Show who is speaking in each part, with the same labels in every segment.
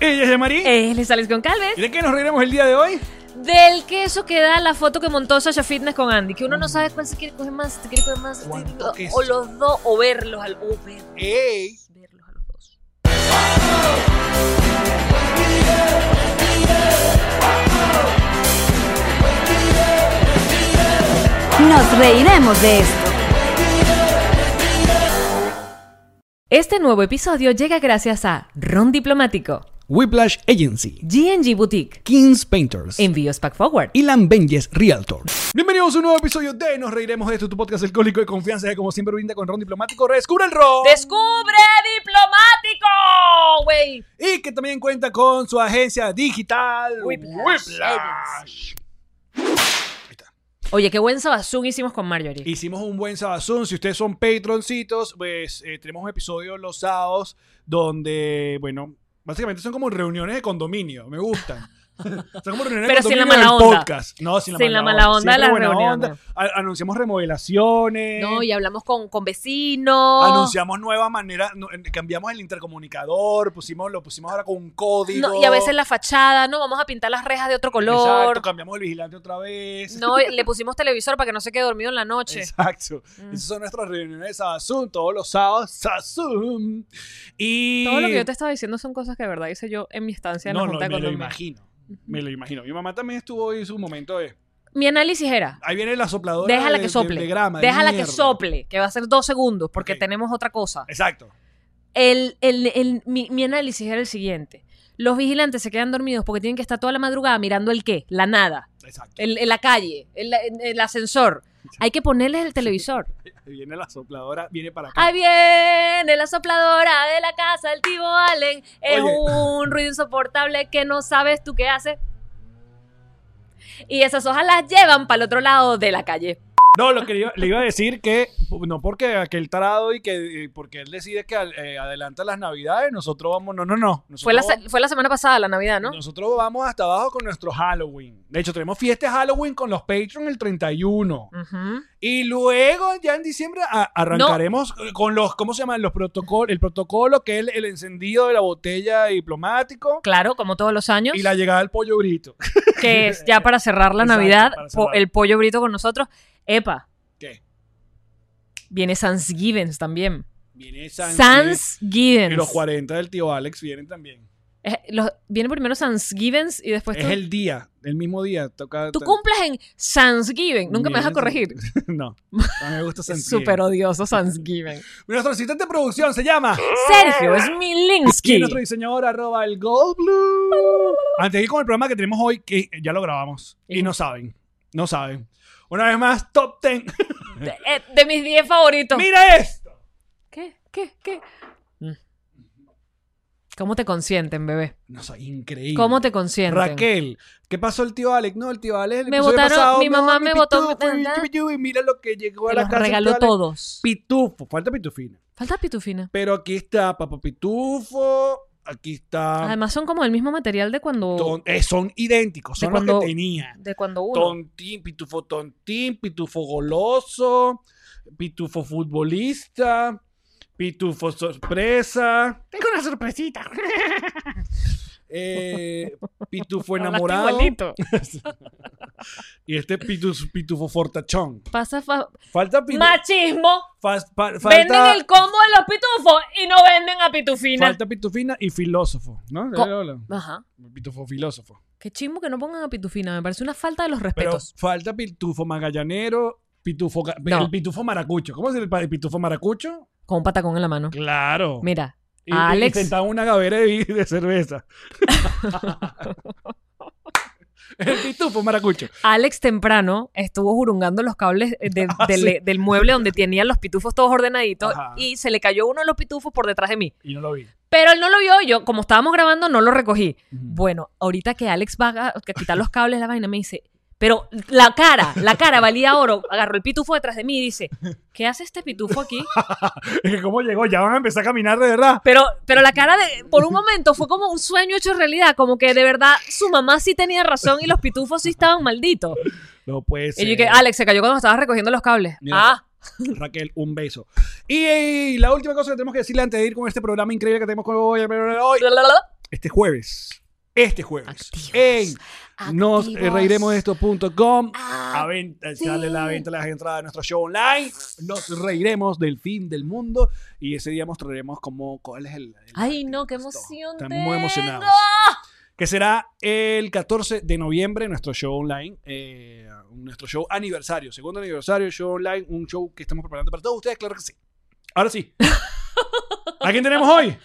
Speaker 1: Ella es Yamari.
Speaker 2: Él es Alex Goncalves.
Speaker 1: ¿Y de qué nos reiremos el día de hoy?
Speaker 2: Del queso que da la foto que montó Sasha Fitness con Andy, que uno no sabe cuál se quiere coger más, se quiere coger más,
Speaker 1: ¿Cuánto
Speaker 2: o-
Speaker 1: queso?
Speaker 2: o los dos, o verlos al, o ver-
Speaker 1: ¡Ey!
Speaker 2: verlos a los dos.
Speaker 3: Nos reiremos de esto.
Speaker 2: Este nuevo episodio llega gracias a Ron Diplomático,
Speaker 1: Whiplash Agency,
Speaker 2: GNG Boutique,
Speaker 1: Kings Painters
Speaker 2: Envíos Pack Forward.
Speaker 1: y Lambenges Realtor. Bienvenidos a un nuevo episodio de Nos Reiremos de esto, tu podcast alcohólico de confianza que como siempre brinda con Ron Diplomático. ¡Rescubre el Ron!
Speaker 2: ¡Descubre Diplomático! Güey.
Speaker 1: y que también cuenta con su agencia digital
Speaker 2: Whiplash
Speaker 1: Whiplash. Ahí está.
Speaker 2: Oye, qué buen sabazón hicimos con Marjorie.
Speaker 1: Hicimos un buen sabazón. Si ustedes son patroncitos, pues eh, tenemos un episodio los sábados donde, bueno, básicamente son como reuniones de condominio. Me gustan. son como reuniones de
Speaker 2: Pero sin la
Speaker 1: condominio
Speaker 2: mala
Speaker 1: del
Speaker 2: onda.
Speaker 1: podcast. No, sin la
Speaker 2: Sin
Speaker 1: mala
Speaker 2: la mala onda de
Speaker 1: Siempre
Speaker 2: las
Speaker 1: buena
Speaker 2: reuniones.
Speaker 1: A- anunciamos remodelaciones.
Speaker 2: No, y hablamos con, con vecinos.
Speaker 1: Anunciamos nueva manera, no, eh, cambiamos el intercomunicador, pusimos, lo pusimos ahora con un código.
Speaker 2: No, y a veces la fachada, no, vamos a pintar las rejas de otro color.
Speaker 1: Exacto, cambiamos el vigilante otra vez.
Speaker 2: No, le pusimos televisor para que no se quede dormido en la noche.
Speaker 1: Exacto.
Speaker 2: Mm.
Speaker 1: Esas son nuestras reuniones de Sabazum, todos los sábados, Sabazum. Y...
Speaker 2: Todo lo que yo te estaba diciendo son cosas que de verdad hice yo en mi estancia en
Speaker 1: No,
Speaker 2: la
Speaker 1: no, me
Speaker 2: Junta de
Speaker 1: lo
Speaker 2: Condominio.
Speaker 1: imagino. Me lo imagino. Mi mamá también estuvo hoy en su momento de...
Speaker 2: Mi análisis era,
Speaker 1: Ahí viene la sopladora
Speaker 2: déjala
Speaker 1: de-
Speaker 2: que
Speaker 1: de-
Speaker 2: sople,
Speaker 1: de grama, de
Speaker 2: déjala que
Speaker 1: mierda.
Speaker 2: sople, que va a ser dos segundos, porque
Speaker 1: Ok.
Speaker 2: tenemos otra cosa.
Speaker 1: Exacto.
Speaker 2: El, el- el- mi, mi análisis era el siguiente. Los vigilantes se quedan dormidos porque tienen que estar toda la madrugada mirando el qué, la nada,
Speaker 1: Exacto.
Speaker 2: el, el la calle, el, el ascensor. Hay que ponerles el televisor.
Speaker 1: Ahí viene la sopladora, viene para acá.
Speaker 2: Ahí viene la sopladora de la casa del tío Allen. Es
Speaker 1: Oye.
Speaker 2: un ruido insoportable que no sabes tú qué hace. Y esas hojas las llevan para el otro lado de la calle.
Speaker 1: No, lo que le iba, le iba a decir que... No porque aquel tarado y que... eh, Porque él decide que al- eh, adelanta las navidades, nosotros vamos... No, no, no. Nosotros
Speaker 2: Fue la,
Speaker 1: vamos-
Speaker 2: se- fue la semana pasada, la Navidad, ¿no?
Speaker 1: Nosotros vamos hasta abajo con nuestro Halloween. De hecho, tenemos fiesta de Halloween con los Patreon el 31.
Speaker 2: Ujú.
Speaker 1: Y luego, ya en diciembre, a- arrancaremos con los, ¿cómo se llaman? Los protocolos, el protocolo que es el, el encendido de la botella diplomático
Speaker 2: Claro, como todos los años,
Speaker 1: y la llegada del pollo grito.
Speaker 2: que es ya para cerrar la
Speaker 1: Exacto,
Speaker 2: Navidad,
Speaker 1: para
Speaker 2: po-
Speaker 1: cerrar.
Speaker 2: el pollo brito con nosotros. Epa,
Speaker 1: ¿Qué?
Speaker 2: viene Thanksgiving también.
Speaker 1: Viene Sans. Y
Speaker 2: Thanksgiving.
Speaker 1: los 40 del tío Alex vienen también.
Speaker 2: Es- los- Eh, Viene primero Thanksgiving y después
Speaker 1: Es
Speaker 2: Pues tú,
Speaker 1: el día, el mismo día. Toca,
Speaker 2: tú cumples en Thanksgiving. Nunca me vas a
Speaker 1: Viene-
Speaker 2: corregir.
Speaker 1: no, a mí me gusta
Speaker 2: Es
Speaker 1: Sans.
Speaker 2: súper odioso Thanksgiving.
Speaker 1: Nuestro asistente de producción se llama...
Speaker 2: Sergio
Speaker 1: Y
Speaker 2: Smilinski.
Speaker 1: nuestro diseñador arroba el Goldblum. Antes de ir con el programa que tenemos hoy, que ya lo grabamos. Y
Speaker 2: Ujú.
Speaker 1: no saben. No saben. Una vez más, top 10.
Speaker 2: De, eh, de mis 10 favoritos.
Speaker 1: ¡Mira esto!
Speaker 2: ¿Qué? ¿Qué? ¿Qué? Mm. ¿Cómo te consienten, bebé?
Speaker 1: No soy increíble.
Speaker 2: ¿Cómo te consienten?
Speaker 1: Raquel, ¿qué pasó el tío Alex? No, el tío Alex. el
Speaker 2: Me
Speaker 1: episodio
Speaker 2: botaron- mi
Speaker 1: no,
Speaker 2: mamá me botó-
Speaker 1: pitufo, y
Speaker 2: ¿verdad?
Speaker 1: yubi, yubi, mira lo que llegó a
Speaker 2: Te
Speaker 1: la
Speaker 2: los
Speaker 1: casa. el
Speaker 2: regaló
Speaker 1: tío Alex.
Speaker 2: todos.
Speaker 1: Pitufo, falta pitufina.
Speaker 2: Falta pitufina.
Speaker 1: Pero aquí está Papá Pitufo. Aquí está.
Speaker 2: Además son como el mismo material de cuando
Speaker 1: Ton- eh, son idénticos,
Speaker 2: De
Speaker 1: son los
Speaker 2: cuando-
Speaker 1: que tenía.
Speaker 2: de cuando uno.
Speaker 1: Tontín, pitufo tontín, pitufo goloso, pitufo futbolista, pitufo sorpresa. Tengo una sorpresita. Eh, pitufo
Speaker 2: Hablaste
Speaker 1: enamorado.
Speaker 2: igualito.
Speaker 1: Y este pitufo, pitufo fortachón.
Speaker 2: Pasa fa-
Speaker 1: Falta pitu-
Speaker 2: machismo.
Speaker 1: fas- pa-
Speaker 2: Venden
Speaker 1: falta,
Speaker 2: el combo de los pitufos y no venden a pitufina.
Speaker 1: falta pitufina y filósofo, ¿no?
Speaker 2: Co-
Speaker 1: Hola.
Speaker 2: Ajá.
Speaker 1: Pitufo filósofo.
Speaker 2: Qué chismo que no pongan a pitufina. Me parece una falta de los
Speaker 1: Pero
Speaker 2: respetos.
Speaker 1: falta pitufo magallanero, pitufo, ga-
Speaker 2: No.
Speaker 1: el pitufo maracucho. ¿Cómo se llama el pitufo maracucho?
Speaker 2: Con un patacón en la mano.
Speaker 1: Claro.
Speaker 2: Mira,
Speaker 1: Y,
Speaker 2: A Alex.
Speaker 1: Alex. una gavera de, vi- de cerveza. el pitufo maracucho.
Speaker 2: Alex temprano estuvo jurungando los cables eh, de- del, del mueble donde tenían los pitufos todos ordenaditos
Speaker 1: Ah, Ajá.
Speaker 2: y se le cayó uno de los pitufos por detrás de mí.
Speaker 1: Y no lo vi.
Speaker 2: Pero él no lo vio y yo, como estábamos grabando, no lo recogí. Bueno, ahorita que Alex va a, a quitar los cables, la vaina me dice, pero la cara, la cara valía oro, agarró el pitufo detrás de mí y dice, ¿qué hace este pitufo aquí?
Speaker 1: Es que cómo llegó, ya van a empezar a caminar de verdad.
Speaker 2: Pero, pero la cara de, por un momento fue como un sueño hecho realidad, como que de verdad su mamá sí tenía razón y los pitufos sí estaban malditos.
Speaker 1: No puede ser.
Speaker 2: Y yo que Alex se cayó cuando estabas recogiendo los cables.
Speaker 1: Mira.
Speaker 2: Ah,
Speaker 1: Raquel, un beso. Y, eh, la última cosa que tenemos que decirle antes de ir con este programa increíble que tenemos con hoy. hoy- hoy- este jueves. Este jueves.
Speaker 2: Activos.
Speaker 1: en nos eh,
Speaker 2: Activos.
Speaker 1: reiremos de esto.com.
Speaker 2: Ah,
Speaker 1: A venta, sale la venta las entradas de nuestro show online. Nos reiremos del fin del mundo y ese día mostraremos cómo, cuál es el. el
Speaker 2: Ay, no, qué
Speaker 1: contexto.
Speaker 2: emoción.
Speaker 1: Estamos muy emocionados.
Speaker 2: tengo.
Speaker 1: Que será el 14 de noviembre nuestro show online, eh, nuestro show aniversario, segundo aniversario, show online, un show que estamos preparando para todos ustedes, claro que sí. Ahora sí. ¿A quién tenemos hoy?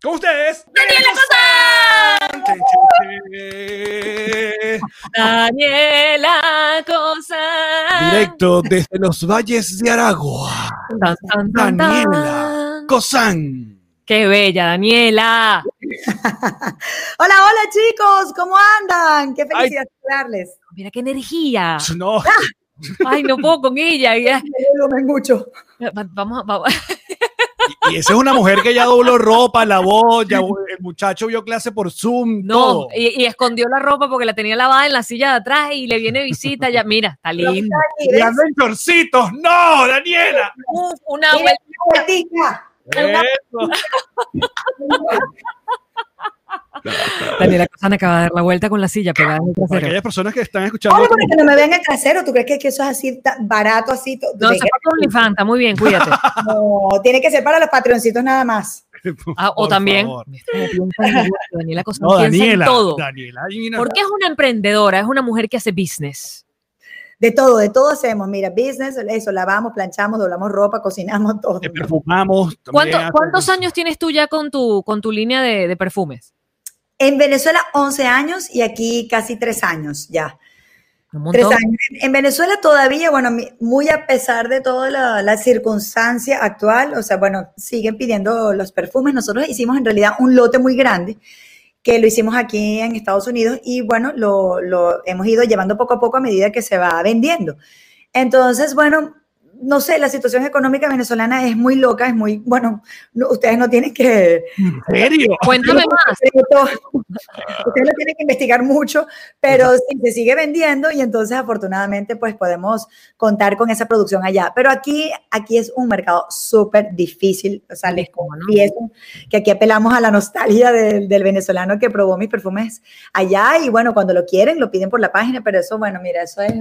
Speaker 1: Con ustedes. Daniela
Speaker 2: Daniela Cosa.
Speaker 1: Directo desde los valles de Aragua.
Speaker 2: Tan, tan, tan,
Speaker 1: Daniela.
Speaker 2: tan.
Speaker 1: Cosán.
Speaker 2: Qué bella, Daniela.
Speaker 4: Hola, hola chicos, ¿cómo andan? Qué
Speaker 1: Ay.
Speaker 4: felicidad saludarles.
Speaker 2: Mira qué energía.
Speaker 1: No,
Speaker 2: Ay, no puedo con ella. Ya-
Speaker 4: Me volumen mucho.
Speaker 2: va- Vamos, vamos.
Speaker 1: y esa es una mujer que ya dobló ropa, la voz, ya el muchacho vio clase por Zoom, todo.
Speaker 2: No, y, y escondió la ropa porque la tenía lavada en la silla de atrás y le viene visita. Ya, mira, está lindo.
Speaker 4: Aquí, ¿ves?
Speaker 1: ¡Ando en chorcitos! ¡No, Daniela! Eh,
Speaker 2: Uf, una
Speaker 4: Mira,
Speaker 2: vuelta.
Speaker 4: vueltica.
Speaker 1: Eso.
Speaker 2: Daniela Cosán acaba de dar la vuelta con la silla pegada en el
Speaker 1: Para
Speaker 2: trasero.
Speaker 1: aquellas personas que están escuchando,
Speaker 4: Ahora para que no me vean el trasero, ¿tú crees que, que eso es así ta- barato, así? to-
Speaker 2: No,
Speaker 4: de-
Speaker 2: se fue con OnlyFans, está muy bien, cuídate.
Speaker 4: no, tiene que ser para los patroncitos nada más.
Speaker 2: Ah, o
Speaker 1: por
Speaker 2: también.
Speaker 1: favor.
Speaker 2: Daniela Cosán
Speaker 1: No,
Speaker 2: piensa
Speaker 1: Daniela.
Speaker 2: en todo.
Speaker 1: Daniela, adivina.
Speaker 2: Porque es una emprendedora, es una mujer que hace business.
Speaker 4: De todo, de todo hacemos. Mira, business, eso, lavamos, planchamos, doblamos ropa, cocinamos todo.
Speaker 1: Te perfumamos. también
Speaker 2: ¿Cuánto-
Speaker 1: hace-
Speaker 2: ¿Cuántos años tienes tú ya con tu, con tu línea de, de perfumes?
Speaker 4: En Venezuela 11 años y aquí casi 3 años ya.
Speaker 2: Un
Speaker 4: Tres
Speaker 2: montón.
Speaker 4: años. En- En Venezuela todavía, bueno, mi- muy a pesar de toda la, la circunstancia actual, o sea, bueno, siguen pidiendo los perfumes. Nosotros hicimos en realidad un lote muy grande que lo hicimos aquí en Estados Unidos y bueno, lo, lo hemos ido llevando poco a poco a medida que se va vendiendo. Entonces, bueno, no sé, la situación económica venezolana es muy loca, es muy, bueno, no- ustedes no tienen que,
Speaker 1: ¿En serio?
Speaker 2: Cuéntame más.
Speaker 4: Ustedes lo tienen que investigar mucho, pero sí, se sigue vendiendo y entonces afortunadamente pues podemos contar con esa producción allá. Pero aquí, aquí es un mercado súper difícil, o sea, les
Speaker 2: ¿Cómo no?
Speaker 4: confieso que aquí apelamos a la nostalgia del, del venezolano que probó mis perfumes allá y bueno, cuando lo quieren lo piden por la página, pero eso bueno, mira, eso es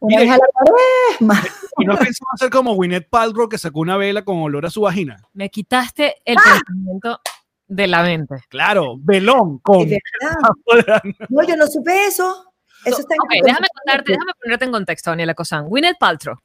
Speaker 4: una
Speaker 1: Mira,
Speaker 4: vez a la pared más.
Speaker 1: ¿Y no pensamos hacer como Gwyneth Paltrow que sacó una vela con olor a su vagina?
Speaker 2: Me quitaste el pensamiento de la mente.
Speaker 1: Claro, velón con...
Speaker 4: De verdad. No, yo no supe eso. Eso está en-
Speaker 2: Ok, déjame contarte, déjame ponerte en contexto, Daniela Cosán. Gwyneth Paltrow,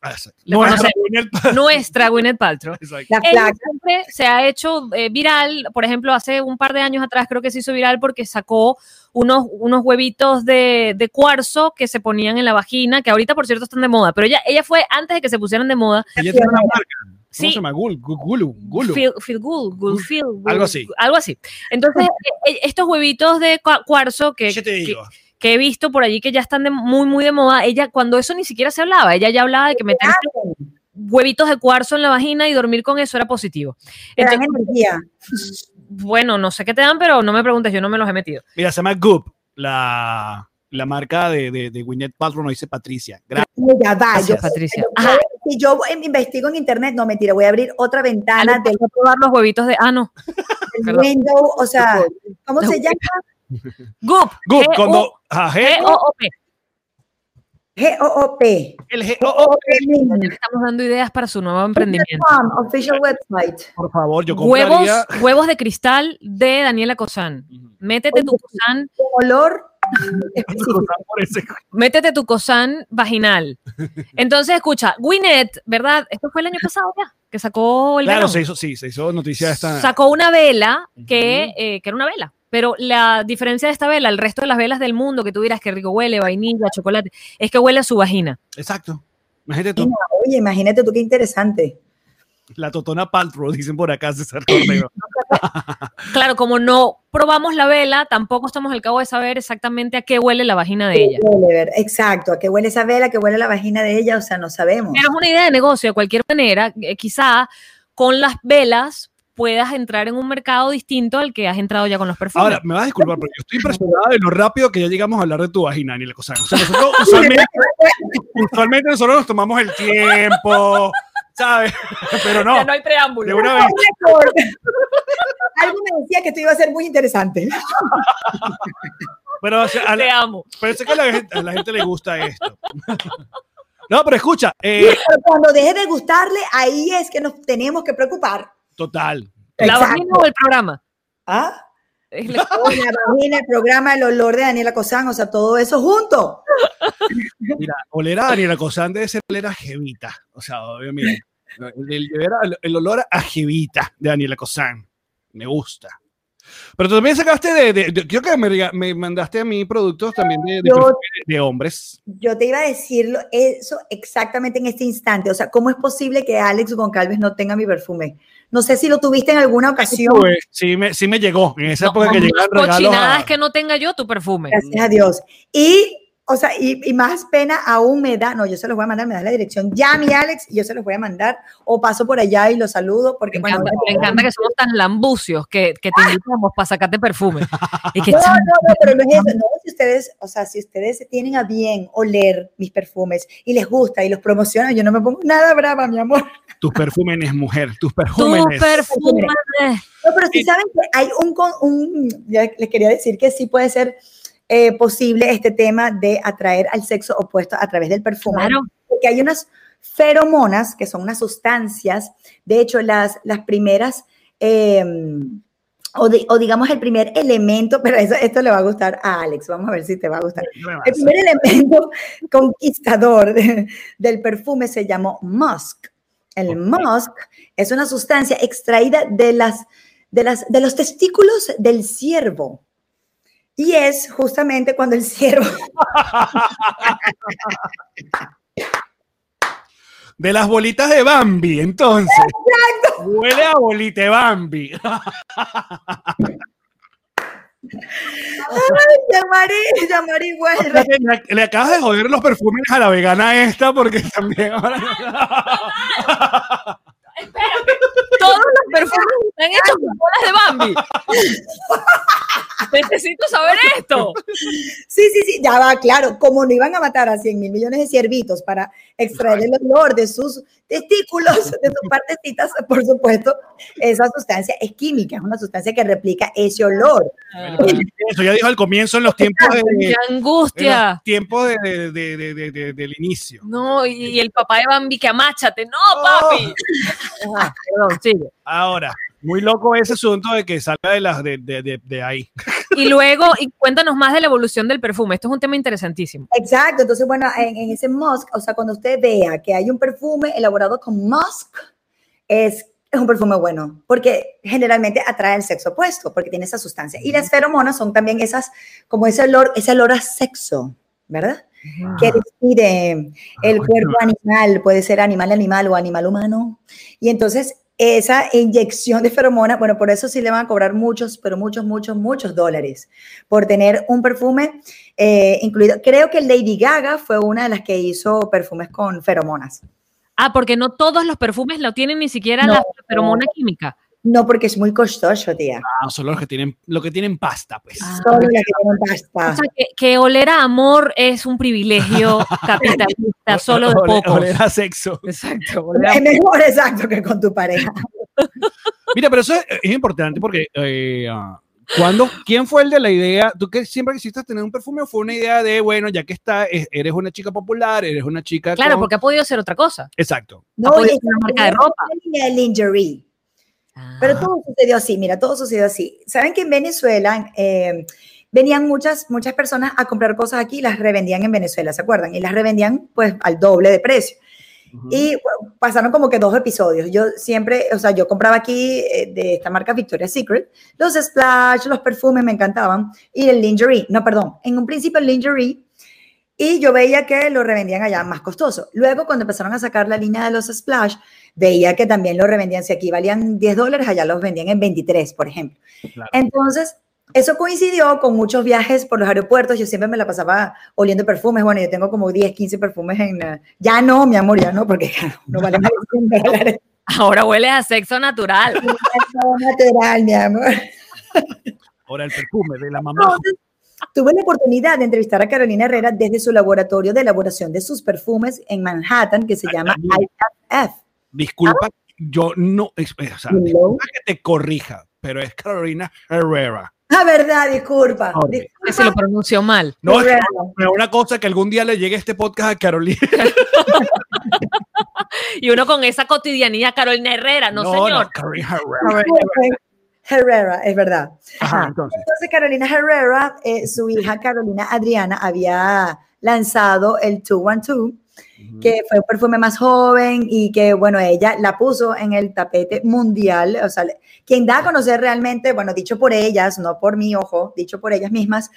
Speaker 2: Le
Speaker 1: No es
Speaker 2: conocemos.
Speaker 1: Gwyneth Paltrow.
Speaker 2: nuestra Gwyneth Paltrow.
Speaker 1: Exacto.
Speaker 4: La
Speaker 2: Ella
Speaker 4: flaca.
Speaker 2: siempre se ha hecho eh, viral, por ejemplo, hace un par de años atrás creo que se hizo viral porque sacó unos, unos huevitos de, de cuarzo que se ponían en la vagina, que ahorita por cierto están de moda, pero ella, ella fue antes de que se pusieran de moda.
Speaker 1: Ella tiene una marca. ¿Cómo
Speaker 2: Sí.
Speaker 1: se llama? Gul, Gul- Gulu, Gulu.
Speaker 2: Feel, feel good, good feel good,
Speaker 1: Algo así.
Speaker 2: Algo así. Entonces, eh, eh, estos huevitos de cua- cuarzo que,
Speaker 1: ¿Qué te
Speaker 2: que,
Speaker 1: digo?
Speaker 2: que he visto por allí que ya están de- muy, muy de moda, ella cuando eso ni siquiera se hablaba, ella ya hablaba de que meter huevitos de cuarzo en la vagina y dormir con eso era positivo.
Speaker 4: Te dan
Speaker 2: Entonces,
Speaker 4: energía.
Speaker 2: bueno, no sé qué te dan, pero no me preguntes, yo no me los he metido.
Speaker 1: Mira, se llama Goop, la, la marca de, de, de Gwyneth Paltrow, no dice Patricia. Gracias.
Speaker 4: Mira, va, yo
Speaker 2: Gracias, Patricia.
Speaker 4: Pero
Speaker 2: Ajá,
Speaker 4: Si yo voy- investigo en internet, no mentira, voy a abrir otra
Speaker 2: Ana,
Speaker 4: ventana
Speaker 2: Ah, te
Speaker 4: del,
Speaker 2: voy a probar los huevitos de. Ah, no.
Speaker 4: del
Speaker 2: Perdón.
Speaker 4: window, o sea, ¿cómo se llama?
Speaker 2: Goop.
Speaker 1: Goop,
Speaker 2: G-U-
Speaker 1: cuando... ajá, G-
Speaker 2: G-O-O-P.
Speaker 4: G-O-O-P.
Speaker 1: el G- oh, oh,
Speaker 2: Ya le Estamos dando ideas para su nuevo emprendimiento.
Speaker 4: Com, official website.
Speaker 1: Por favor, yo
Speaker 2: Huevos,
Speaker 1: compraría...
Speaker 2: huevos de cristal de Daniela Cosán. Métete tu Cosán,
Speaker 4: con Olor específico.
Speaker 1: por ese-
Speaker 2: métete tu Cosán vaginal. Entonces, escucha, Gwyneth, ¿verdad? Esto fue el año pasado ya, que sacó el
Speaker 1: Claro,
Speaker 2: verano.
Speaker 1: se hizo, sí, se hizo noticia esta.
Speaker 2: sacó una vela que, eh, que era una vela. Pero la diferencia de esta vela, el resto de las velas del mundo que tú dirás que rico huele, vainilla, chocolate, es que huele a su vagina.
Speaker 1: Exacto. Imagínate tú,
Speaker 4: Oye, imagínate tú qué interesante.
Speaker 1: la Totona Paltrow, dicen por acá César Cordero.
Speaker 2: Claro, como no probamos la vela, tampoco estamos al cabo de saber exactamente a qué huele la vagina de ella.
Speaker 4: Huele, ver- Exacto, a qué huele esa vela, a qué huele la vagina de ella, o sea, no sabemos.
Speaker 2: Pero es una idea de negocio, de cualquier manera, eh, quizá con las velas puedas entrar en un mercado distinto al que has entrado ya con los perfumes.
Speaker 1: Ahora, me vas a disculpar, pero yo estoy impresionada de lo rápido que ya llegamos a hablar de tu vagina, Daniela Cosano. O sea, nosotros usualmente, usualmente nosotros nos tomamos el tiempo. ¿sabes? Pero no,
Speaker 2: Ya no hay preámbulo.
Speaker 1: de una vez.
Speaker 4: Algo me decía que esto iba a ser muy interesante.
Speaker 1: Pero, o sea, a la-
Speaker 2: Te amo.
Speaker 1: parece que a la, gente, a la gente le gusta esto. No, pero escucha, eh,
Speaker 4: Pero cuando deje de gustarle, ahí es que nos tenemos que preocupar.
Speaker 1: total.
Speaker 2: ¿La
Speaker 4: Exacto.
Speaker 2: vagina o el programa?
Speaker 4: ¿Ah?
Speaker 2: Es la-
Speaker 4: O La vagina, el programa, el olor de Daniela Cosán, o sea, todo eso junto.
Speaker 1: Mira, oler a Daniela Cosán debe ser oler a Jevita. O sea, obvio, mira, el, el- el- el olor a Jevita de Daniela Cosán. Me gusta. Pero tú también sacaste de... de- de- creo que me, rega- me mandaste a mí productos también de, de
Speaker 4: Yo-
Speaker 1: perfume de hombres.
Speaker 4: Yo te iba a decir lo- eso exactamente en este instante. O sea, ¿cómo es posible que Alex Goncalves no tenga mi perfume? No sé si lo tuviste en alguna ocasión.
Speaker 1: Sí me, sí me llegó. En esa
Speaker 2: No,
Speaker 1: época que
Speaker 2: mamá,
Speaker 1: llegaban regalos
Speaker 2: cochinada
Speaker 1: a-
Speaker 2: es que no tenga yo tu perfume.
Speaker 4: Gracias a Dios. Y, o sea, y, y más pena aún me da, no, yo se los voy a mandar, me das la dirección ya, mi Alex, y yo se los voy a mandar, o paso por allá y los saludo, porque
Speaker 2: Me
Speaker 4: bueno,
Speaker 2: encanta,
Speaker 4: ahora-
Speaker 2: me encanta que somos tan lambucios que, que te invitamos para sacarte perfume. Y que
Speaker 4: ¡Ah! No, no, no, pero no es eso. No, si ustedes, o sea, si ustedes tienen a bien oler mis perfumes y les gusta y los promocionan, yo no me pongo nada brava, mi amor.
Speaker 1: Tus perfúmenes, mujer. Tus
Speaker 2: tu
Speaker 1: perfúmenes.
Speaker 2: perfume.
Speaker 4: No, pero sí saben que hay un, con- un ya les quería decir que sí puede ser eh, posible este tema de atraer al sexo opuesto a través del perfume.
Speaker 2: Claro.
Speaker 4: Porque hay unas feromonas que son unas sustancias, de hecho las, las primeras, eh, o, di- o digamos el primer elemento, pero eso- esto le va a gustar a Alex, vamos a ver si te va a gustar. El primer elemento conquistador de- del perfume se llamó musk. El
Speaker 1: Ok.
Speaker 4: musk es una sustancia extraída de, las, de, las, de los testículos del ciervo. Y es justamente cuando el ciervo...
Speaker 1: De las bolitas de Bambi, entonces. Huele a bolita de Bambi.
Speaker 4: ¡Ay, llamaré, llamaré igual!
Speaker 1: Le, le acabas de joder los perfumes a la vegana esta porque también ahora...
Speaker 2: Todos los perfumes están hechos con bolas de Bambi. Necesito saber esto.
Speaker 4: Sí, sí, sí, ya va, claro. Como no iban a matar a 100 mil millones de ciervitos para extraer el olor de sus testículos, de sus partecitas, por supuesto, esa sustancia es química, es una sustancia que replica ese olor.
Speaker 1: Eso ya dijo al comienzo en los tiempos de,
Speaker 2: Qué
Speaker 1: en los
Speaker 2: angustia.
Speaker 1: tiempos de- de- de- de- de- de- del inicio.
Speaker 2: No, y, y el papá de Bambi que amáchate. No, papi. Ajá, perdón, sigue.
Speaker 1: Ahora, muy loco ese asunto de que salga de las de, de- de- de ahí.
Speaker 2: Y luego, y cuéntanos más de la evolución del perfume. Esto es un tema interesantísimo.
Speaker 4: Exacto, entonces, bueno, en, en ese musk, o sea, cuando usted vea que hay un perfume elaborado con musk, es, es un perfume bueno, porque generalmente atrae el sexo opuesto, porque tiene esa sustancia. Y las feromonas son también esas, como ese olor, ese olor a sexo, ¿verdad? que decide el cuerpo animal, puede ser animal animal o animal humano. Y entonces esa inyección de feromona, bueno, por eso sí le van a cobrar muchos, pero muchos, muchos, muchos dólares por tener un perfume eh, incluido. Creo que Lady Gaga fue una de las que hizo perfumes con feromonas.
Speaker 2: Ah, porque no todos los perfumes lo tienen ni siquiera
Speaker 4: No.
Speaker 2: la feromona química.
Speaker 4: No porque es muy costoso, tía.
Speaker 1: Ah, son los que tienen, lo que tienen pasta, pues.
Speaker 2: Ah.
Speaker 4: Solo la que tiene
Speaker 2: O
Speaker 4: pasta.
Speaker 2: sea, que, que oler a amor es un privilegio capitalista solo de
Speaker 1: Ole-
Speaker 2: pocos.
Speaker 1: oler a sexo.
Speaker 2: Exacto, oler a-
Speaker 4: Es mejor exacto que con tu pareja.
Speaker 2: Ah,
Speaker 1: Mira, pero eso es, es importante porque eh, ah, ¿cuándo- ¿quién fue el de la idea? ¿Tú que siempre quisiste tener un perfume o fue una idea de, bueno, ya que está, es- eres una chica popular, eres una chica.
Speaker 2: Claro,
Speaker 1: con-
Speaker 2: porque ha podido ser otra cosa.
Speaker 1: Exacto.
Speaker 2: Ha
Speaker 4: y
Speaker 2: podido
Speaker 4: es
Speaker 2: ser una marca de ropa.
Speaker 4: de lingerie. Pero
Speaker 2: Ah.
Speaker 4: todo sucedió así, mira, todo sucedió así. Saben que en Venezuela eh, venían muchas, muchas personas a comprar cosas aquí y las revendían en Venezuela, ¿se acuerdan? Y las revendían pues al doble de precio. Y bueno, pasaron como que dos episodios. Yo siempre, o sea, yo compraba aquí eh, de esta marca Victoria's Secret, los splash, los perfumes me encantaban y el lingerie, no, perdón, en un principio el lingerie y yo veía que lo revendían allá más costoso. Luego cuando empezaron a sacar la línea de los splash, veía que también lo revendían, si aquí valían 10 dólares, allá los vendían en 23, por ejemplo.
Speaker 1: Claro.
Speaker 4: Entonces, eso coincidió con muchos viajes por los aeropuertos, yo siempre me la pasaba oliendo perfumes, bueno, yo tengo como 10, 15 perfumes en... eh, Ya no, mi amor, ya no, porque ya no vale más de 100 dólares.
Speaker 2: Ahora hueles a sexo natural.
Speaker 4: No, natural, mi amor.
Speaker 1: Ahora el perfume de la mamá.
Speaker 4: Entonces, tuve la oportunidad de entrevistar a Carolina Herrera
Speaker 1: Ah,
Speaker 4: desde su laboratorio de elaboración de sus perfumes en Manhattan, que se llama IFF.
Speaker 1: Disculpa, yo no. es- es- o sea, disculpa
Speaker 4: Hello.
Speaker 1: que te corrija, pero es Carolina Herrera.
Speaker 4: Ah, verdad, disculpa.
Speaker 1: Ok.
Speaker 2: Que se lo
Speaker 4: Disculpa.
Speaker 2: pronunció mal.
Speaker 1: No, es
Speaker 4: Herrera.
Speaker 1: una cosa que algún día le llegue este podcast a Carolina.
Speaker 2: Y uno con esa cotidianidad, Carolina Herrera, no, señor.
Speaker 1: Carolina Herrera.
Speaker 4: Disculpen. Herrera, es verdad.
Speaker 1: Ajá, entonces.
Speaker 4: Entonces, Carolina Herrera, eh, su hija Carolina Adriana, había lanzado el 212, que fue un perfume más joven y que, bueno, ella la puso en el tapete mundial. O sea, le- quien da a conocer realmente, bueno, dicho por ellas, no por mi ojo, dicho por ellas mismas,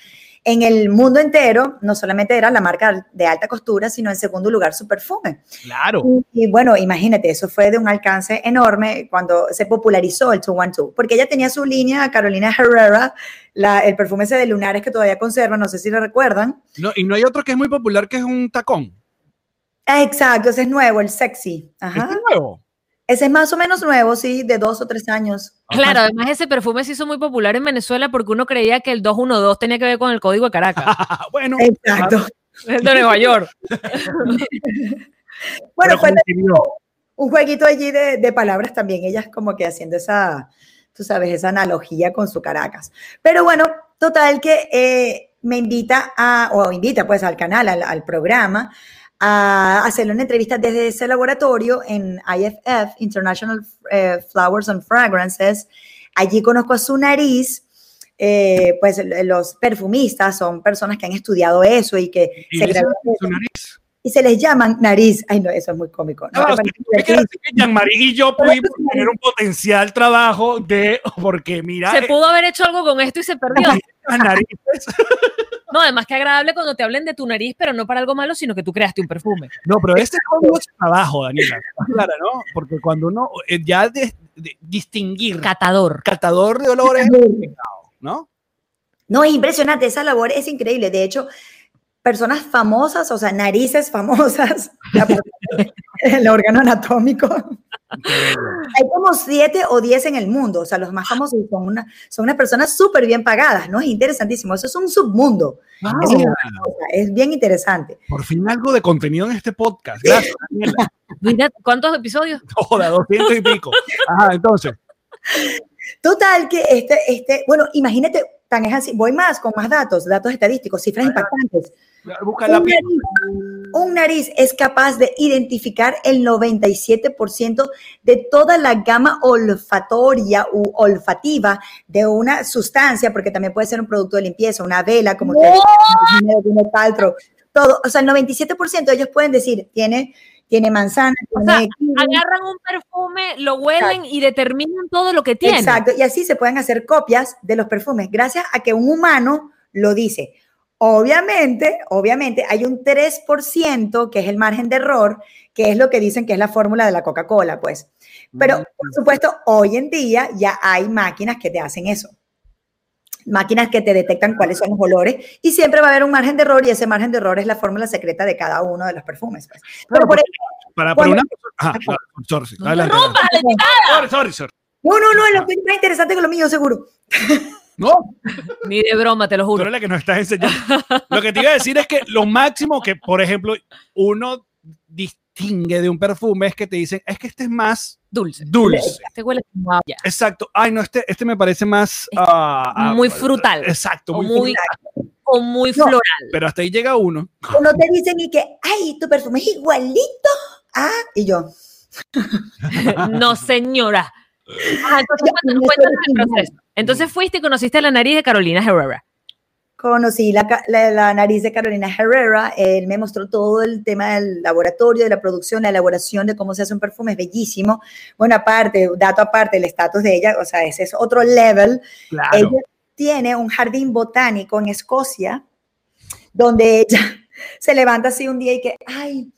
Speaker 4: en el mundo entero, no solamente era la marca de alta costura, sino en segundo lugar su perfume.
Speaker 1: Claro.
Speaker 4: Y, y bueno, imagínate, eso fue de un alcance enorme cuando se popularizó el 212, porque ella tenía su línea, Carolina Herrera, la- el perfume ese de lunares que todavía conserva, no sé si lo recuerdan.
Speaker 1: No, y no hay otro que es muy popular que es un tacón.
Speaker 4: Ah, Exacto, ese es nuevo, el sexy. Ajá.
Speaker 1: Este es nuevo.
Speaker 4: Ese es más o menos nuevo, sí, de dos o tres años.
Speaker 2: Claro, además ese perfume se hizo muy popular en Venezuela porque uno creía que el 212 tenía que ver con el código de Caracas,
Speaker 1: Ah, bueno,
Speaker 4: Eh, Exacto.
Speaker 2: el de Nueva York.
Speaker 4: Bueno, eh,
Speaker 1: pero
Speaker 4: fue
Speaker 1: como que no.
Speaker 4: un jueguito allí de, de palabras también, ellas como que haciendo esa, tú sabes, esa analogía con su Caracas. Pero bueno, total que eh, me invita a, o invita pues al canal, al, al programa, a hacerle una entrevista desde ese laboratorio en IFF, International eh, Flowers and Fragrances. Allí conozco a su nariz. eh, pues l- los perfumistas son personas que han estudiado eso y que
Speaker 1: Y
Speaker 4: se,
Speaker 1: le
Speaker 4: graduaron
Speaker 1: dicen su nariz.
Speaker 4: y se les llaman nariz. Ay, no, eso es muy cómico. ¿no?
Speaker 1: No,
Speaker 4: Me
Speaker 1: Ah, o sea,
Speaker 4: parece
Speaker 1: yo quiero
Speaker 4: divertido.
Speaker 1: decir que Jean-Marie y yo pudimos tener un potencial trabajo de. Porque mira.
Speaker 2: Se pudo haber hecho algo con esto y se perdió.
Speaker 1: eh, las narices.
Speaker 2: No, además que agradable cuando te hablen de tu nariz, pero no para algo malo, sino que tú creaste un perfume.
Speaker 1: No, pero este código es trabajo, Daniela. Claro, ¿no? Porque cuando uno eh, ya de- de- distinguir
Speaker 2: Catador.
Speaker 1: catador de olores, ¿no?
Speaker 4: No, es impresionante, esa labor es increíble. De hecho, personas famosas, o sea, narices famosas, la- el órgano anatómico. Hay como siete o diez en el mundo, o sea, los más famosos son, una, son unas personas súper bien pagadas, ¿no? Es interesantísimo, eso es un submundo,
Speaker 1: Wow.
Speaker 4: Sí. o sea, es bien interesante.
Speaker 1: Por fin algo de contenido en este podcast. Gracias, Daniela.
Speaker 2: Mira, ¿cuántos episodios?
Speaker 1: Joda, 200 y pico. Ajá, entonces.
Speaker 4: Total, que este, este, bueno, imagínate, tan es así, voy más con más datos, datos estadísticos, cifras impactantes.
Speaker 1: Busca
Speaker 4: Un
Speaker 1: la pi-
Speaker 4: nariz, un nariz es capaz de identificar el 97% de toda la gama olfatoria u olfativa de una sustancia, porque también puede ser un producto de limpieza, una vela, como ustedes dicen, de Gwyneth Paltrow, todo, o sea, el 97% ellos pueden decir, tiene, tiene manzana,
Speaker 2: O sea,
Speaker 4: tiene kiwi,
Speaker 2: Agarran un perfume, lo huelen y determinan todo lo que tiene.
Speaker 4: Exacto, y así se pueden hacer copias de los perfumes, gracias a que un humano lo dice. Obviamente, obviamente, hay un 3% que es el margen de error, que es lo que dicen que es la fórmula de la Coca-Cola, pues.
Speaker 1: Mm.
Speaker 4: Pero, por supuesto, hoy en día ya hay máquinas que te hacen eso. Máquinas que te detectan cuáles son los olores y siempre va a haber un margen de error y ese margen de error es la fórmula secreta de cada uno de los perfumes. pues. Pero por eso-
Speaker 1: Para, para una
Speaker 4: Bueno.
Speaker 1: persona. Ajá, claro, sorry, sorry,
Speaker 2: No
Speaker 1: adelante,
Speaker 2: interrumpas, Leti.
Speaker 1: adelante. Sorry, sorry, sorry.
Speaker 4: no, no, no, es lo que es más interesante que lo mío, seguro.
Speaker 1: No,
Speaker 2: Ni de broma, te lo
Speaker 1: Tú
Speaker 2: juro.
Speaker 1: eres la que nos estás enseñando. Lo que te iba a decir es que lo máximo que, por ejemplo, uno distingue de un perfume es que te dicen, es que este es más
Speaker 2: Dulce.
Speaker 1: dulce.
Speaker 2: Este huele como a ya.
Speaker 1: Exacto. Ay, no, este, este me parece más... ah, ah,
Speaker 2: muy frutal.
Speaker 1: Exacto.
Speaker 2: O
Speaker 1: Muy,
Speaker 2: muy,
Speaker 1: frutal.
Speaker 2: o muy
Speaker 4: No.
Speaker 2: floral.
Speaker 1: Pero hasta ahí llega uno.
Speaker 4: O no te dicen ni que, ay, tu perfume es igualito. Ah, y yo.
Speaker 2: No, señora. Ah, entonces,
Speaker 4: no
Speaker 2: cuéntanos,
Speaker 4: soy
Speaker 2: cuéntanos el
Speaker 4: original.
Speaker 2: proceso. Entonces fuiste y conociste la nariz de Carolina Herrera.
Speaker 4: Conocí la, ca- la- la nariz de Carolina Herrera, él me mostró todo el tema del laboratorio, de la producción, la elaboración, de cómo se hace un perfume, es bellísimo. Bueno, aparte, dato aparte, el estatus de ella, o sea, ese es otro level.
Speaker 1: Claro.
Speaker 4: Ella tiene un jardín botánico en Escocia, donde ella se levanta así un día y que, ay,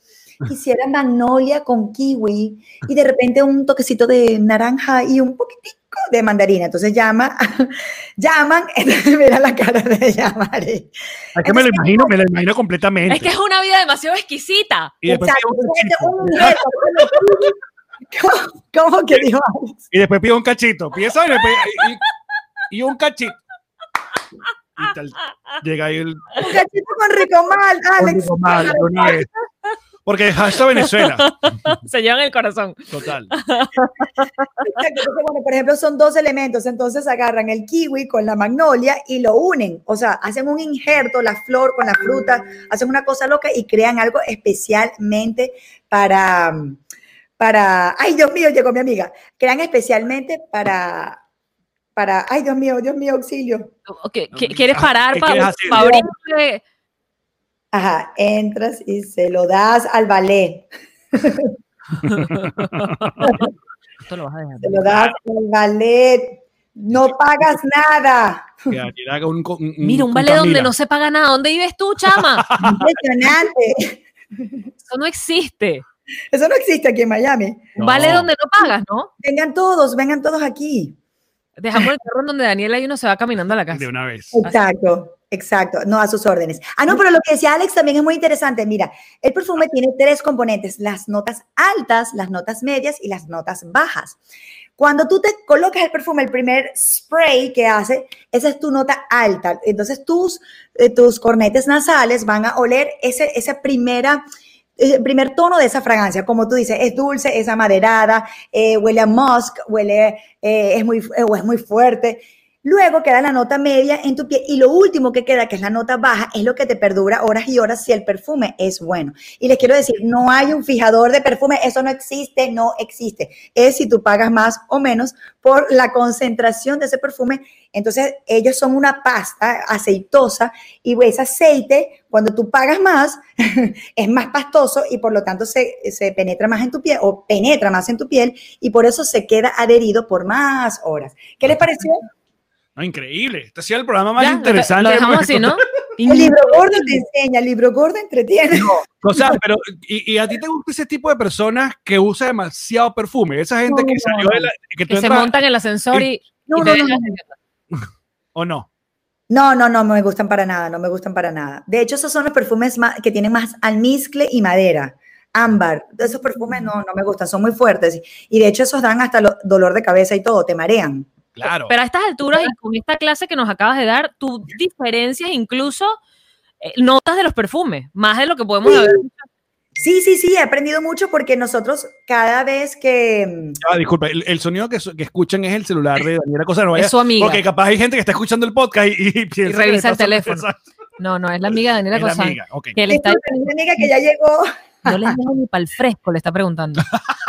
Speaker 4: quisiera magnolia con kiwi y de repente un toquecito de naranja y un poquitico de mandarina. Entonces llama, llaman, mira la cara de Yamari.
Speaker 1: Es que me lo imagino, me lo imagino completamente.
Speaker 2: Es que es una vida demasiado exquisita.
Speaker 1: y, después
Speaker 4: Exacto,
Speaker 1: pide un
Speaker 4: entonces,
Speaker 1: cachito.
Speaker 4: un reto, ¿Cómo, cómo que dijo Alex?
Speaker 1: y después pide un cachito. Pide esa vaina pues, y después- y, y un cachito. Y tal. Llega ahí el...
Speaker 4: Un cachito con ricomal, Alex.
Speaker 1: Rodrigo Malo, de una vez. Porque hashtag Venezuela.
Speaker 2: Se llevan el corazón.
Speaker 1: Total.
Speaker 4: Exacto, entonces, bueno, por ejemplo, son dos elementos, entonces agarran el kiwi con la magnolia y lo unen, o sea, hacen un injerto, la flor con la fruta, hacen una cosa loca y crean algo especialmente para, para, ay Dios mío, llegó mi amiga, crean especialmente para, para, ay Dios mío, Dios mío, auxilio.
Speaker 2: Ok, ¿qui- ¿Quieres parar
Speaker 1: ¿qué
Speaker 2: para
Speaker 1: quieres hacer?
Speaker 2: abrirle?
Speaker 4: Ajá, entras y se lo das al ballet,
Speaker 2: Esto lo vas a dejar.
Speaker 4: se lo das al ballet, no pagas nada.
Speaker 1: Que alguien haga un, co- un-
Speaker 2: Mira, un
Speaker 1: Mm, con
Speaker 2: ballet donde
Speaker 1: Camila.
Speaker 2: no se paga nada. ¿Dónde vives tú, chama?
Speaker 4: Impresionante.
Speaker 2: Eso no existe.
Speaker 4: Eso no existe aquí en Miami.
Speaker 2: Un ballet
Speaker 1: No.
Speaker 2: donde no pagas, ¿no?
Speaker 4: Vengan todos, vengan todos aquí.
Speaker 2: Dejamos el carro en donde Daniela y uno se va caminando a la casa.
Speaker 1: De una vez.
Speaker 4: Exacto, exacto. No a sus órdenes. Ah, no, pero lo que decía Alex también es muy interesante. Mira, el perfume tiene tres componentes, las notas altas, las notas medias y las notas bajas. Cuando tú te colocas el perfume, el primer spray que hace, esa es tu nota alta. Entonces tus, eh, tus cornetes nasales van a oler ese, esa primera, el primer tono de esa fragancia. Como tú dices, es dulce, es amaderada, eh, huele a musk, huele, eh, es, muy, eh, o es muy fuerte. Luego queda la nota media en tu piel y lo último que queda, que es la nota baja, es lo que te perdura horas y horas si el perfume es bueno. Y les quiero decir, no hay un fijador de perfume, eso no existe, no existe. Es si tú pagas más o menos por la concentración de ese perfume. Entonces, ellos son una pasta aceitosa y ese aceite, cuando tú pagas más, es más pastoso y por lo tanto se, se penetra más en tu piel o penetra más en tu piel y por eso se queda adherido por más horas. ¿Qué les pareció?
Speaker 1: No, increíble. Este ha sido el programa más
Speaker 2: Ya, lo-
Speaker 1: interesante.
Speaker 2: Lo
Speaker 1: que hemos
Speaker 2: dejamos así, ¿no?
Speaker 4: El libro gordo te enseña, el libro gordo entretiene.
Speaker 1: O sea, pero y, y a ti te gusta ese tipo de personas que usa demasiado perfume, esa gente que salió de la que tú
Speaker 2: Que se
Speaker 1: entras-
Speaker 2: montan en el ascensor y,
Speaker 4: No,
Speaker 2: y te
Speaker 4: no, no,
Speaker 2: dejan-
Speaker 1: o no.
Speaker 4: No, no, no me gustan para nada, no me gustan para nada. De hecho, esos son los perfumes ma- que tienen más almizcle y madera, ámbar. Esos perfumes no, no me gustan, son muy fuertes. Y de hecho, esos dan hasta lo- dolor de cabeza y todo, te marean.
Speaker 1: Claro.
Speaker 2: Pero a estas alturas y con esta clase que nos acabas de dar, tú diferencias incluso eh, notas de los perfumes, más de lo que podemos
Speaker 4: Sí.
Speaker 2: haber.
Speaker 4: Sí, sí, sí, he aprendido mucho porque nosotros cada vez que...
Speaker 1: Ah, disculpa, el, el sonido que, su- que escuchan es el celular de Daniela Cosa. No vaya,
Speaker 2: Es su amiga.
Speaker 1: Porque capaz hay gente que está escuchando el podcast y, y, piensa que
Speaker 2: revisa
Speaker 1: le
Speaker 2: el
Speaker 1: pasa-
Speaker 2: teléfono.
Speaker 1: Exacto,
Speaker 2: No, no, es la amiga de Daniela
Speaker 1: es la
Speaker 2: Cosán.
Speaker 1: amiga, ok.
Speaker 2: Que le está,
Speaker 4: Disculpen, una amiga que ya llegó.
Speaker 2: no les dejo ni para el fresco, le está preguntando.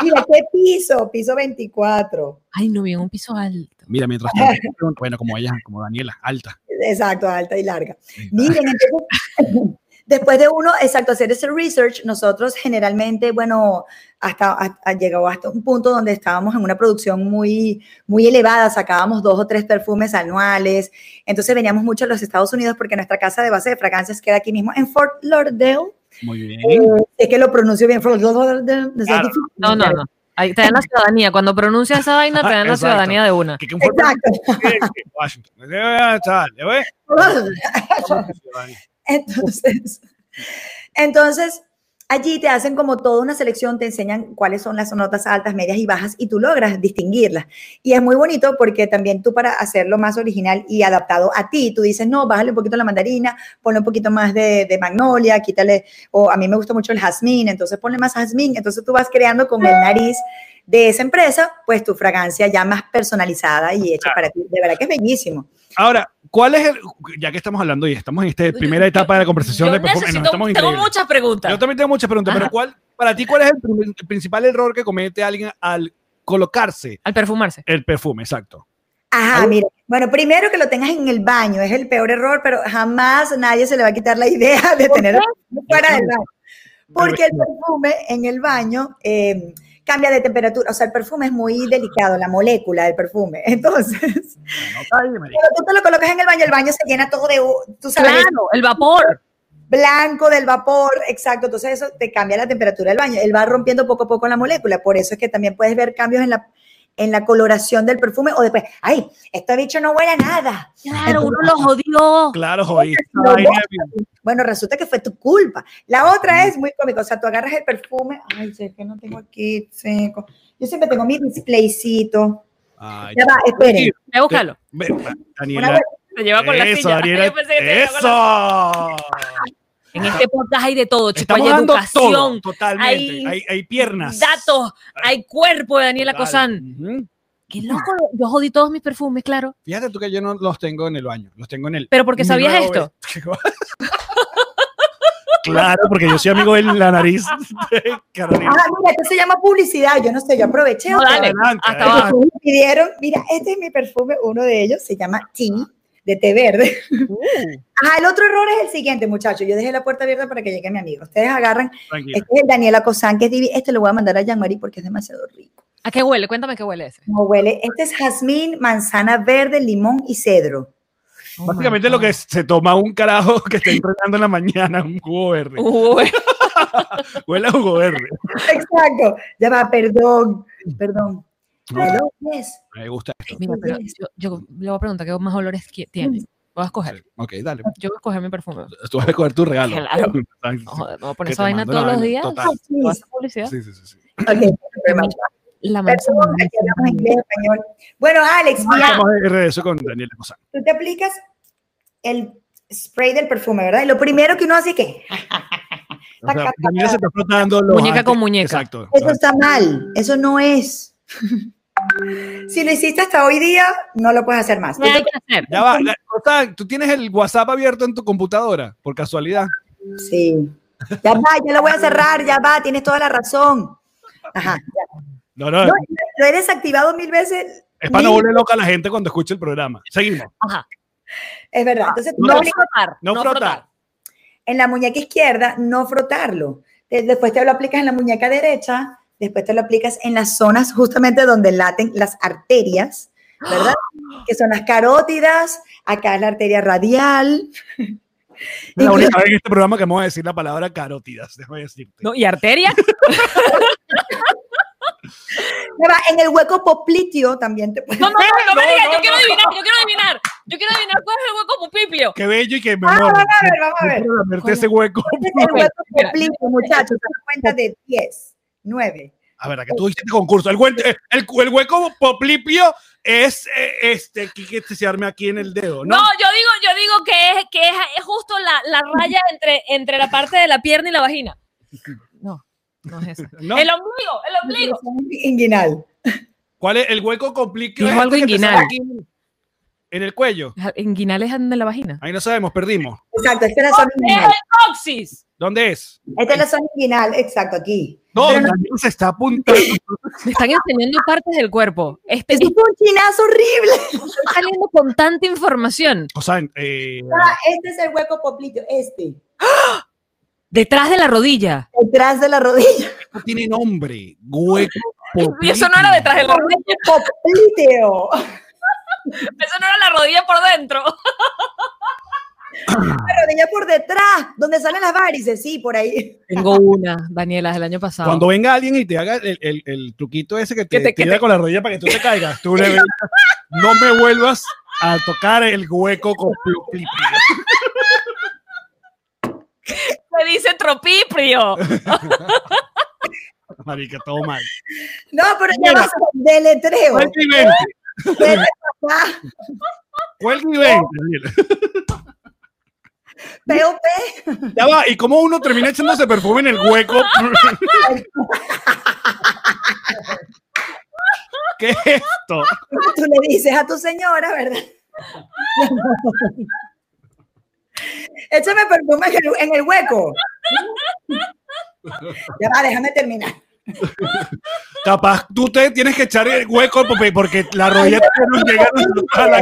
Speaker 4: Mira, ¿qué piso? Piso 24.
Speaker 2: Ay, no, bien, un piso alto.
Speaker 1: Mira, mientras tanto, bueno, como ella, como Daniela, alta.
Speaker 4: Exacto, alta y larga. Miren, entonces, después de uno, exacto, hacer ese research, nosotros generalmente, bueno, hasta, hasta llegó hasta un punto donde estábamos en una producción muy, muy elevada, sacábamos dos o tres perfumes anuales, entonces veníamos mucho a los Estados Unidos porque nuestra casa de base de fragancias queda aquí mismo en Fort Lauderdale.
Speaker 1: Muy bien.
Speaker 4: Eh, es que lo pronuncio bien, Fort Lauderdale. no sé,
Speaker 1: Claro.
Speaker 4: es difícil.
Speaker 2: No, no, no. Ahí te dan la ciudadanía. Cuando pronuncias esa vaina, te dan la
Speaker 1: Ah, Exacto.
Speaker 2: ciudadanía de una.
Speaker 1: Que- que un fuerte-
Speaker 4: Exacto.
Speaker 1: Washington. Eh, tal, eh,
Speaker 4: Entonces, entonces, allí te hacen como toda una selección, te enseñan cuáles son las notas altas, medias y bajas y tú logras distinguirlas. Y es muy bonito porque también tú para hacerlo más original y adaptado a ti, tú dices, no, bájale un poquito la mandarina, ponle un poquito más de, de magnolia, quítale, o a mí me gusta mucho el jazmín, entonces ponle más jazmín, entonces tú vas creando con el nariz de esa empresa, pues tu fragancia ya más personalizada y hecha para ti. De verdad que es bellísimo.
Speaker 1: Ahora, ¿cuál es el. Ya que estamos hablando y estamos en esta primera etapa de la conversación
Speaker 2: Yo
Speaker 1: de perfume,
Speaker 2: necesito-
Speaker 1: nos estamos
Speaker 2: tengo
Speaker 1: increíbles.
Speaker 2: muchas preguntas.
Speaker 1: Yo también tengo muchas preguntas,
Speaker 2: Ajá.
Speaker 1: pero ¿cuál, para ti, cuál es el, prim- el principal error que comete alguien al colocarse
Speaker 2: Al perfumarse.
Speaker 1: el perfume? Exacto.
Speaker 4: Ajá, mira. Bueno, primero que lo tengas en el baño, es el peor error, pero jamás nadie se le va a quitar la idea de tenerlo fuera del baño. Porque el perfume en el baño eh, cambia de temperatura, o sea, el perfume es muy delicado, la molécula del perfume. Entonces, cuando tú te lo colocas en el baño, el baño se llena todo de, u- tú sabes,
Speaker 2: Claro, el vapor.
Speaker 4: blanco del vapor, exacto. Entonces eso te cambia la temperatura del baño. Él va rompiendo poco a poco la molécula. Por eso es que también puedes ver cambios en la, en la coloración del perfume o después, ay, este bicho no huele a nada.
Speaker 2: Claro, uno lo jodió.
Speaker 1: Claro, jodí.
Speaker 4: Lo Bueno, resulta que fue tu culpa. La otra es muy cómica. O sea, tú agarras el perfume, ay, sé que no tengo aquí, seco. Yo siempre tengo mi displaycito.
Speaker 1: Ay,
Speaker 4: Ya va, esperen.
Speaker 2: Ve a buscarlo.
Speaker 1: ve,
Speaker 4: Una
Speaker 1: Daniela.
Speaker 4: vez-
Speaker 2: Se lleva con la
Speaker 1: Eso,
Speaker 2: silla.
Speaker 1: Daniela.
Speaker 2: Yo pensé que se llevaba con la-
Speaker 1: Eso.
Speaker 2: En este podcast hay de todo, chico. Hay
Speaker 1: Estamos dando todo,
Speaker 2: educación,
Speaker 1: totalmente. Hay,
Speaker 2: hay
Speaker 1: hay piernas.
Speaker 2: datos, hay cuerpo de Daniela
Speaker 1: Total.
Speaker 2: Cosán.
Speaker 1: Ujú.
Speaker 2: Qué loco, lo- yo jodí todos mis perfumes, claro.
Speaker 1: Fíjate tú que yo no los tengo en el baño, los tengo en el.
Speaker 2: Pero porque
Speaker 1: mi
Speaker 2: sabías
Speaker 1: nuevo
Speaker 2: esto.
Speaker 1: vestido. claro, porque yo soy amigo de la nariz de Carolina.
Speaker 4: Ah, mira, esto se llama publicidad. Yo no sé, yo aproveché.
Speaker 2: No,
Speaker 4: otra
Speaker 2: dale,
Speaker 4: vez.
Speaker 1: Adelante,
Speaker 2: hasta
Speaker 1: adelante.
Speaker 2: abajo.
Speaker 4: Me pidieron, mira, este es mi perfume, uno de ellos se llama Tea, de té verde. Ah, el otro error es el siguiente, muchachos. Yo dejé la puerta abierta para que llegue mi amigo. Ustedes agarran,
Speaker 1: Tranquila.
Speaker 4: este es el Daniela Cosán, que es divi- Este lo voy a mandar a Jean-Marie porque es demasiado rico.
Speaker 2: ¿A qué huele? Cuéntame qué huele ese.
Speaker 4: No huele. Este es jazmín, manzana verde, limón y cedro.
Speaker 2: Oh
Speaker 1: Básicamente
Speaker 2: my
Speaker 1: lo
Speaker 2: God.
Speaker 1: que se toma un carajo que está entrenando en la mañana, un jugo verde.
Speaker 2: Uy,
Speaker 1: Huele a jugo verde.
Speaker 4: Exacto. Ya va, perdón, perdón. Hello, yes.
Speaker 1: Me gusta esto.
Speaker 2: mira, pero yo, yo le voy a preguntar qué más olores qui- tiene. Voy a escoger.
Speaker 1: Ok, dale.
Speaker 2: Yo voy a escoger mi perfume.
Speaker 1: Tú vas a coger tu regalo.
Speaker 2: Claro.
Speaker 1: Ay, sí.
Speaker 2: No Joder, me voy a poner
Speaker 1: Que
Speaker 2: esa
Speaker 1: te
Speaker 2: vaina
Speaker 1: mando
Speaker 2: todos
Speaker 1: una
Speaker 2: los
Speaker 1: vaina,
Speaker 2: días.
Speaker 1: total.
Speaker 2: ¿Voy a hacer publicidad?
Speaker 1: Sí, sí, sí, sí.
Speaker 4: Ok, perdón,
Speaker 2: La manzana.
Speaker 4: Mm. perdón, aquí hablamos inglés, español. Bueno, Alex, mira,
Speaker 1: Estamos de regreso con Daniela Cosán.
Speaker 4: tú te aplicas el spray del perfume, ¿verdad? Y lo primero que uno hace es que
Speaker 1: O sea, Daniela se está flotando los
Speaker 2: Muñeca con
Speaker 1: antes-
Speaker 2: muñeca.
Speaker 1: Exacto.
Speaker 4: eso está mal, eso no es. si lo hiciste hasta hoy día, no lo puedes hacer más.
Speaker 2: ¿Qué hay que hacer?
Speaker 1: Ya va, la- Cosán, tú tienes el WhatsApp abierto en tu computadora, por casualidad.
Speaker 4: Sí. Ya va, ya lo voy a cerrar, ya va, tienes toda la razón. Ajá. ya.
Speaker 1: No, no,
Speaker 4: No, lo he desactivado mil veces.
Speaker 1: es para no
Speaker 4: mil-
Speaker 1: volver loca a la gente cuando escuche el programa. Seguimos.
Speaker 2: Ajá.
Speaker 4: Es verdad. Entonces,
Speaker 1: No
Speaker 4: Ah, no
Speaker 1: lo-
Speaker 4: li-
Speaker 2: frotar.
Speaker 1: No frotar.
Speaker 4: en la muñeca izquierda, no frotarlo. De- Después te lo aplicas en la muñeca derecha, después te lo aplicas en las zonas justamente donde laten las arterias, ¿verdad? Que son las carótidas, acá es la arteria radial.
Speaker 1: Es la
Speaker 4: Incluso-
Speaker 1: única vez en este programa que vamos a decir la palabra carótidas, déjame decirte.
Speaker 2: No, ¿Y arteria?
Speaker 4: Ya va, en el hueco popliteo también te puedes...
Speaker 2: No, no, no, no, me
Speaker 1: No,
Speaker 2: digas,
Speaker 1: no,
Speaker 2: yo
Speaker 1: no.
Speaker 2: quiero adivinar, yo quiero adivinar. Yo quiero adivinar cuál es el hueco pupipio.
Speaker 1: Qué bello y qué
Speaker 4: Ah,
Speaker 1: mejor.
Speaker 4: vamos a ver, vamos a ver.
Speaker 1: Quiero lamerte ese hueco.
Speaker 4: Este es el hueco
Speaker 2: Mira,
Speaker 4: popliteo, muchachos, se dan cuenta de 10, 9.
Speaker 1: A ver, ¿a qué tú hiciste concurso? El, huen- eh, el, cu- el hueco poplipio es eh, este que, que se arme aquí en el dedo,
Speaker 2: No,
Speaker 1: ¿no?
Speaker 2: yo digo, yo digo que es, que es, es justo la, la raya entre, entre la parte de la pierna y la vagina. No, no es eso.
Speaker 1: No.
Speaker 2: El ombligo, el ombligo.
Speaker 4: Inguinal.
Speaker 1: ¿Cuál es este el hueco complicado?
Speaker 2: Dijo algo inguinal.
Speaker 1: En el cuello.
Speaker 2: Inguinal es de la vagina.
Speaker 1: Ahí no sabemos, perdimos.
Speaker 4: Exacto, esta es la zona
Speaker 2: Es
Speaker 4: inguinal.
Speaker 2: el coxis.
Speaker 1: ¿Dónde es?
Speaker 4: Esta es la zona inguinal, exacto, aquí.
Speaker 1: No,
Speaker 4: Pero no-
Speaker 1: Daniel se está apuntando.
Speaker 2: Me están enseñando partes del cuerpo. Este,
Speaker 4: Eso
Speaker 2: estoy
Speaker 4: fue un chinazo horrible.
Speaker 2: saliendo con tanta información.
Speaker 1: O sea, eh,
Speaker 4: Ah, Este es el hueco popliteo, este.
Speaker 2: Detrás de la rodilla.
Speaker 4: Detrás de la rodilla.
Speaker 1: no tiene nombre. Hueco
Speaker 2: Y eso no era
Speaker 1: popliteo.
Speaker 2: detrás de la rodilla.
Speaker 4: Popliteo.
Speaker 2: Eso no era la rodilla por dentro.
Speaker 4: La rodilla por detrás, donde salen las varices, sí, por ahí.
Speaker 2: Tengo una, Daniela, del año pasado.
Speaker 1: Cuando venga alguien y te haga el, el- el truquito ese que te,
Speaker 2: Que te- que
Speaker 1: tira
Speaker 2: te-
Speaker 1: con la rodilla para que tú te caigas, tú le ves, no me vuelvas a tocar el hueco complicado.
Speaker 2: Me dice tropiprio.
Speaker 1: Marica, todo mal.
Speaker 4: No, pero ya vas con deletreo.
Speaker 1: Cuelga y vente,
Speaker 4: Dele- ah,
Speaker 1: cuelga y vente, Daniela.
Speaker 4: POP.
Speaker 1: Ya va, ¿y cómo uno termina echándose perfume en el hueco? ¿Qué es esto?
Speaker 4: Tú le dices a tu señora, ¿verdad? Échame perfume en el, en el hueco. Ya va, déjame terminar.
Speaker 1: Capaz tú te tienes que echar el hueco porque, porque la rodilla todavía no llega a la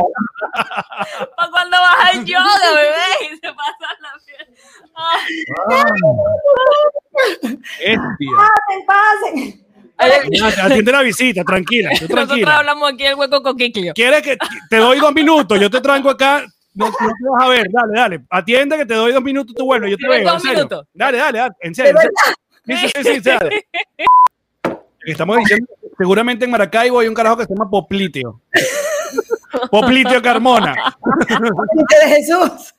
Speaker 2: Pa' cuando vas al yoga, bebé, y se pasa la piel. Ay,
Speaker 1: bestia.
Speaker 4: Pasen, pasen.
Speaker 1: Ya, Atiende la visita, tranquila, tú
Speaker 2: nosotros
Speaker 1: tranquila.
Speaker 2: hablamos aquí del hueco coquiclio.
Speaker 1: ¿Quieres que te doy dos minutos? Yo te tranco acá. No, no te vas a ver, dale, dale. Atiende que te doy dos minutos, tú vuelves. Yo te
Speaker 2: Tienes
Speaker 1: veo, en
Speaker 2: dos
Speaker 1: serio.
Speaker 2: minutos.
Speaker 1: Dale, dale, dale, en serio. en serio. Sí, sí, sí, sí, dale. Estamos diciendo, seguramente en Maracaibo hay un carajo que se llama Popliteo. Popliteo Carmona.
Speaker 4: Popliteo de Jesús.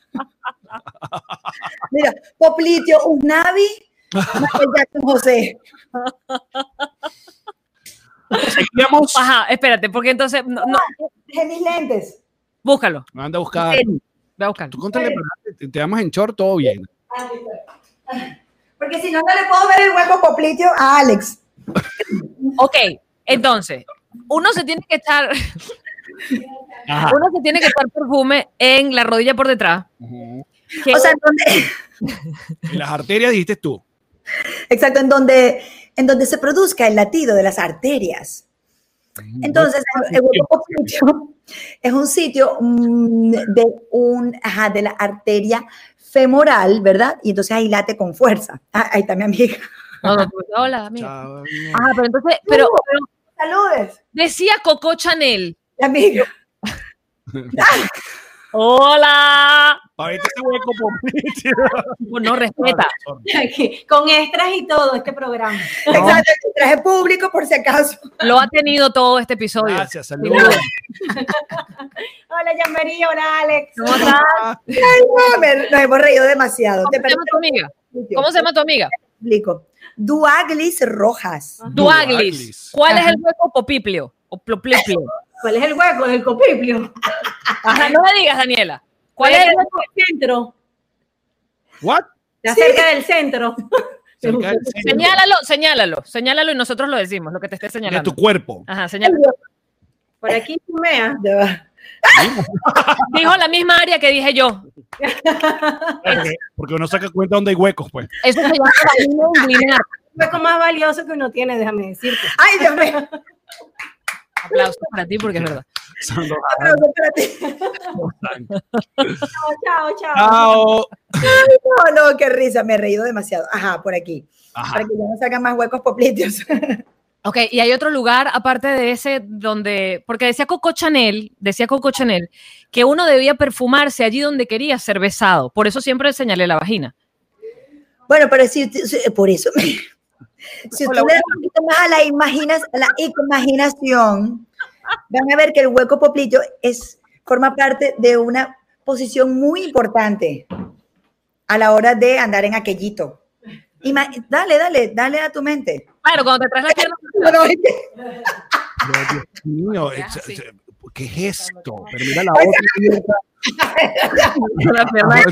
Speaker 4: Mira, Popliteo Usnavi, Michael Jackson José.
Speaker 1: Seguíamos.
Speaker 2: Ajá, espérate, porque entonces. No, no,
Speaker 4: Dejé mis lentes.
Speaker 2: búscalo,
Speaker 1: Manda a buscar.
Speaker 2: voy a buscarlo.
Speaker 1: Tú contale, te, te amas en short, todo bien.
Speaker 4: Ah, pues. Porque si no, no le puedo ver el huevo poplitio a Alex.
Speaker 2: Ok, entonces, uno se tiene que echar,
Speaker 1: Ajá.
Speaker 2: uno se tiene que echar perfume en la rodilla por detrás. que-
Speaker 4: O sea, en donde,
Speaker 1: En las arterias dijiste tú.
Speaker 4: exacto, en donde, en donde se produzca el latido de las arterias. Entonces, el, el huevo popliteo es un sitio mm, de, un, ajá, de la arteria femoral, ¿verdad? Y entonces ahí late con fuerza. Ah, ahí está mi amiga.
Speaker 2: No, no, pues, hola, amiga.
Speaker 1: Chao.
Speaker 2: Ajá, pero entonces, pero, pero
Speaker 4: Saludes,
Speaker 2: decía Coco Chanel.
Speaker 4: mi amiga.
Speaker 2: Hola.
Speaker 1: Para verte ese hueco popliteo.
Speaker 2: No respeta.
Speaker 5: Aquí, con extras y todo este programa.
Speaker 4: Exacto, el traje público por si acaso.
Speaker 2: Lo ha tenido todo este episodio.
Speaker 1: Gracias, saludos.
Speaker 5: Hola, Jean-Marie, hola, Alex.
Speaker 2: ¿Cómo estás?
Speaker 4: Ay, no, me- nos hemos reído demasiado.
Speaker 2: ¿Cómo
Speaker 4: Te
Speaker 2: se llama tu amiga?
Speaker 4: perdono.
Speaker 2: ¿Cómo se llama tu amiga?
Speaker 4: explico? Duaglis Rojas.
Speaker 2: Duaglis. ¿Cuál es el hueco popiplio? O plopliplio.
Speaker 5: ¿Cuál es el hueco del copiplio?
Speaker 2: Ajá, no me digas, Daniela. ¿Cuál es el hueco?
Speaker 5: hueco del centro?
Speaker 1: ¿What?
Speaker 5: Está cerca del centro.
Speaker 1: Cerca del centro
Speaker 2: Señálalo, señálalo, señálalo y nosotros lo decimos, lo que te esté
Speaker 1: de
Speaker 2: señalando.
Speaker 1: tu cuerpo.
Speaker 2: Ajá, señálalo.
Speaker 5: Por aquí, Chumea.
Speaker 4: Ya va.
Speaker 2: Dijo la misma área que dije yo.
Speaker 1: Porque, porque uno saca cuenta donde hay huecos, pues.
Speaker 2: Eso se llama vagina inguinal.
Speaker 5: El hueco más valioso que uno tiene, déjame decirte.
Speaker 4: Ay, Dios mío.
Speaker 2: Aplausos para ti porque es verdad.
Speaker 1: Son los
Speaker 4: aplauso para ti.
Speaker 1: santos.
Speaker 5: Chao, chao, chao.
Speaker 1: Chao.
Speaker 4: No, no, qué risa. Me he reído demasiado. Ajá, por aquí.
Speaker 1: Ajá.
Speaker 4: Para que ya no sacan más huecos popliteos.
Speaker 2: Ok, y hay otro lugar aparte de ese donde, porque decía Coco Chanel, decía Coco Chanel, que uno debía perfumarse allí donde quería ser besado. Por eso siempre señalé la vagina.
Speaker 4: Bueno, pero si, si- por eso, me- si usted le da un poquito más a la, imaginas, a la imaginación, van a ver que el hueco popliteo es, forma parte de una posición muy importante a la hora de andar en aquellito. Ima- dale, dale, dale a tu mente.
Speaker 2: Claro, cuando te traes la pierna.
Speaker 4: No, no, es que-
Speaker 1: Pero, Dios mío, es-
Speaker 2: así.
Speaker 1: es- ¿qué es esto? Pero mira la otra.
Speaker 2: La pierna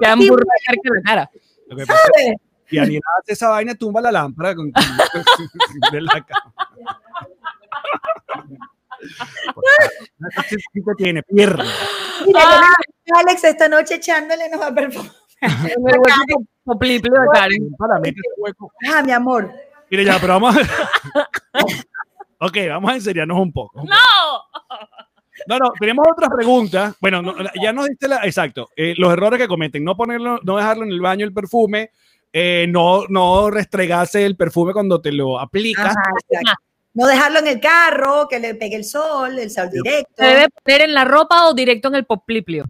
Speaker 2: que hamburguesar que la cara.
Speaker 1: Lo que pasa es que Daniela hace esa vaina, tumba la lámpara con, de la cama. ¿Qué tiene? Pierna.
Speaker 4: Mira, yo me imagino a Alex esta noche echándole nos va a perfumar.
Speaker 2: En el hueco popliplo de Karen.
Speaker 1: Para meter ese hueco.
Speaker 4: Ah, mi amor.
Speaker 1: Mire, ya, pero vamos a... ok, vamos a enseriarnos un poco. un poco. No, no, tenemos otras preguntas. Bueno, no, ya nos diste la... Exacto, eh, los errores que cometen. No ponerlo, no dejarlo en el baño el perfume, eh, no, no restregarse el perfume cuando te lo aplicas.
Speaker 4: Ajá, Ah, exacto. No dejarlo en el carro, que le pegue el sol, el sol directo.
Speaker 2: ¿Se debe poner en la ropa o directo en el popliplio?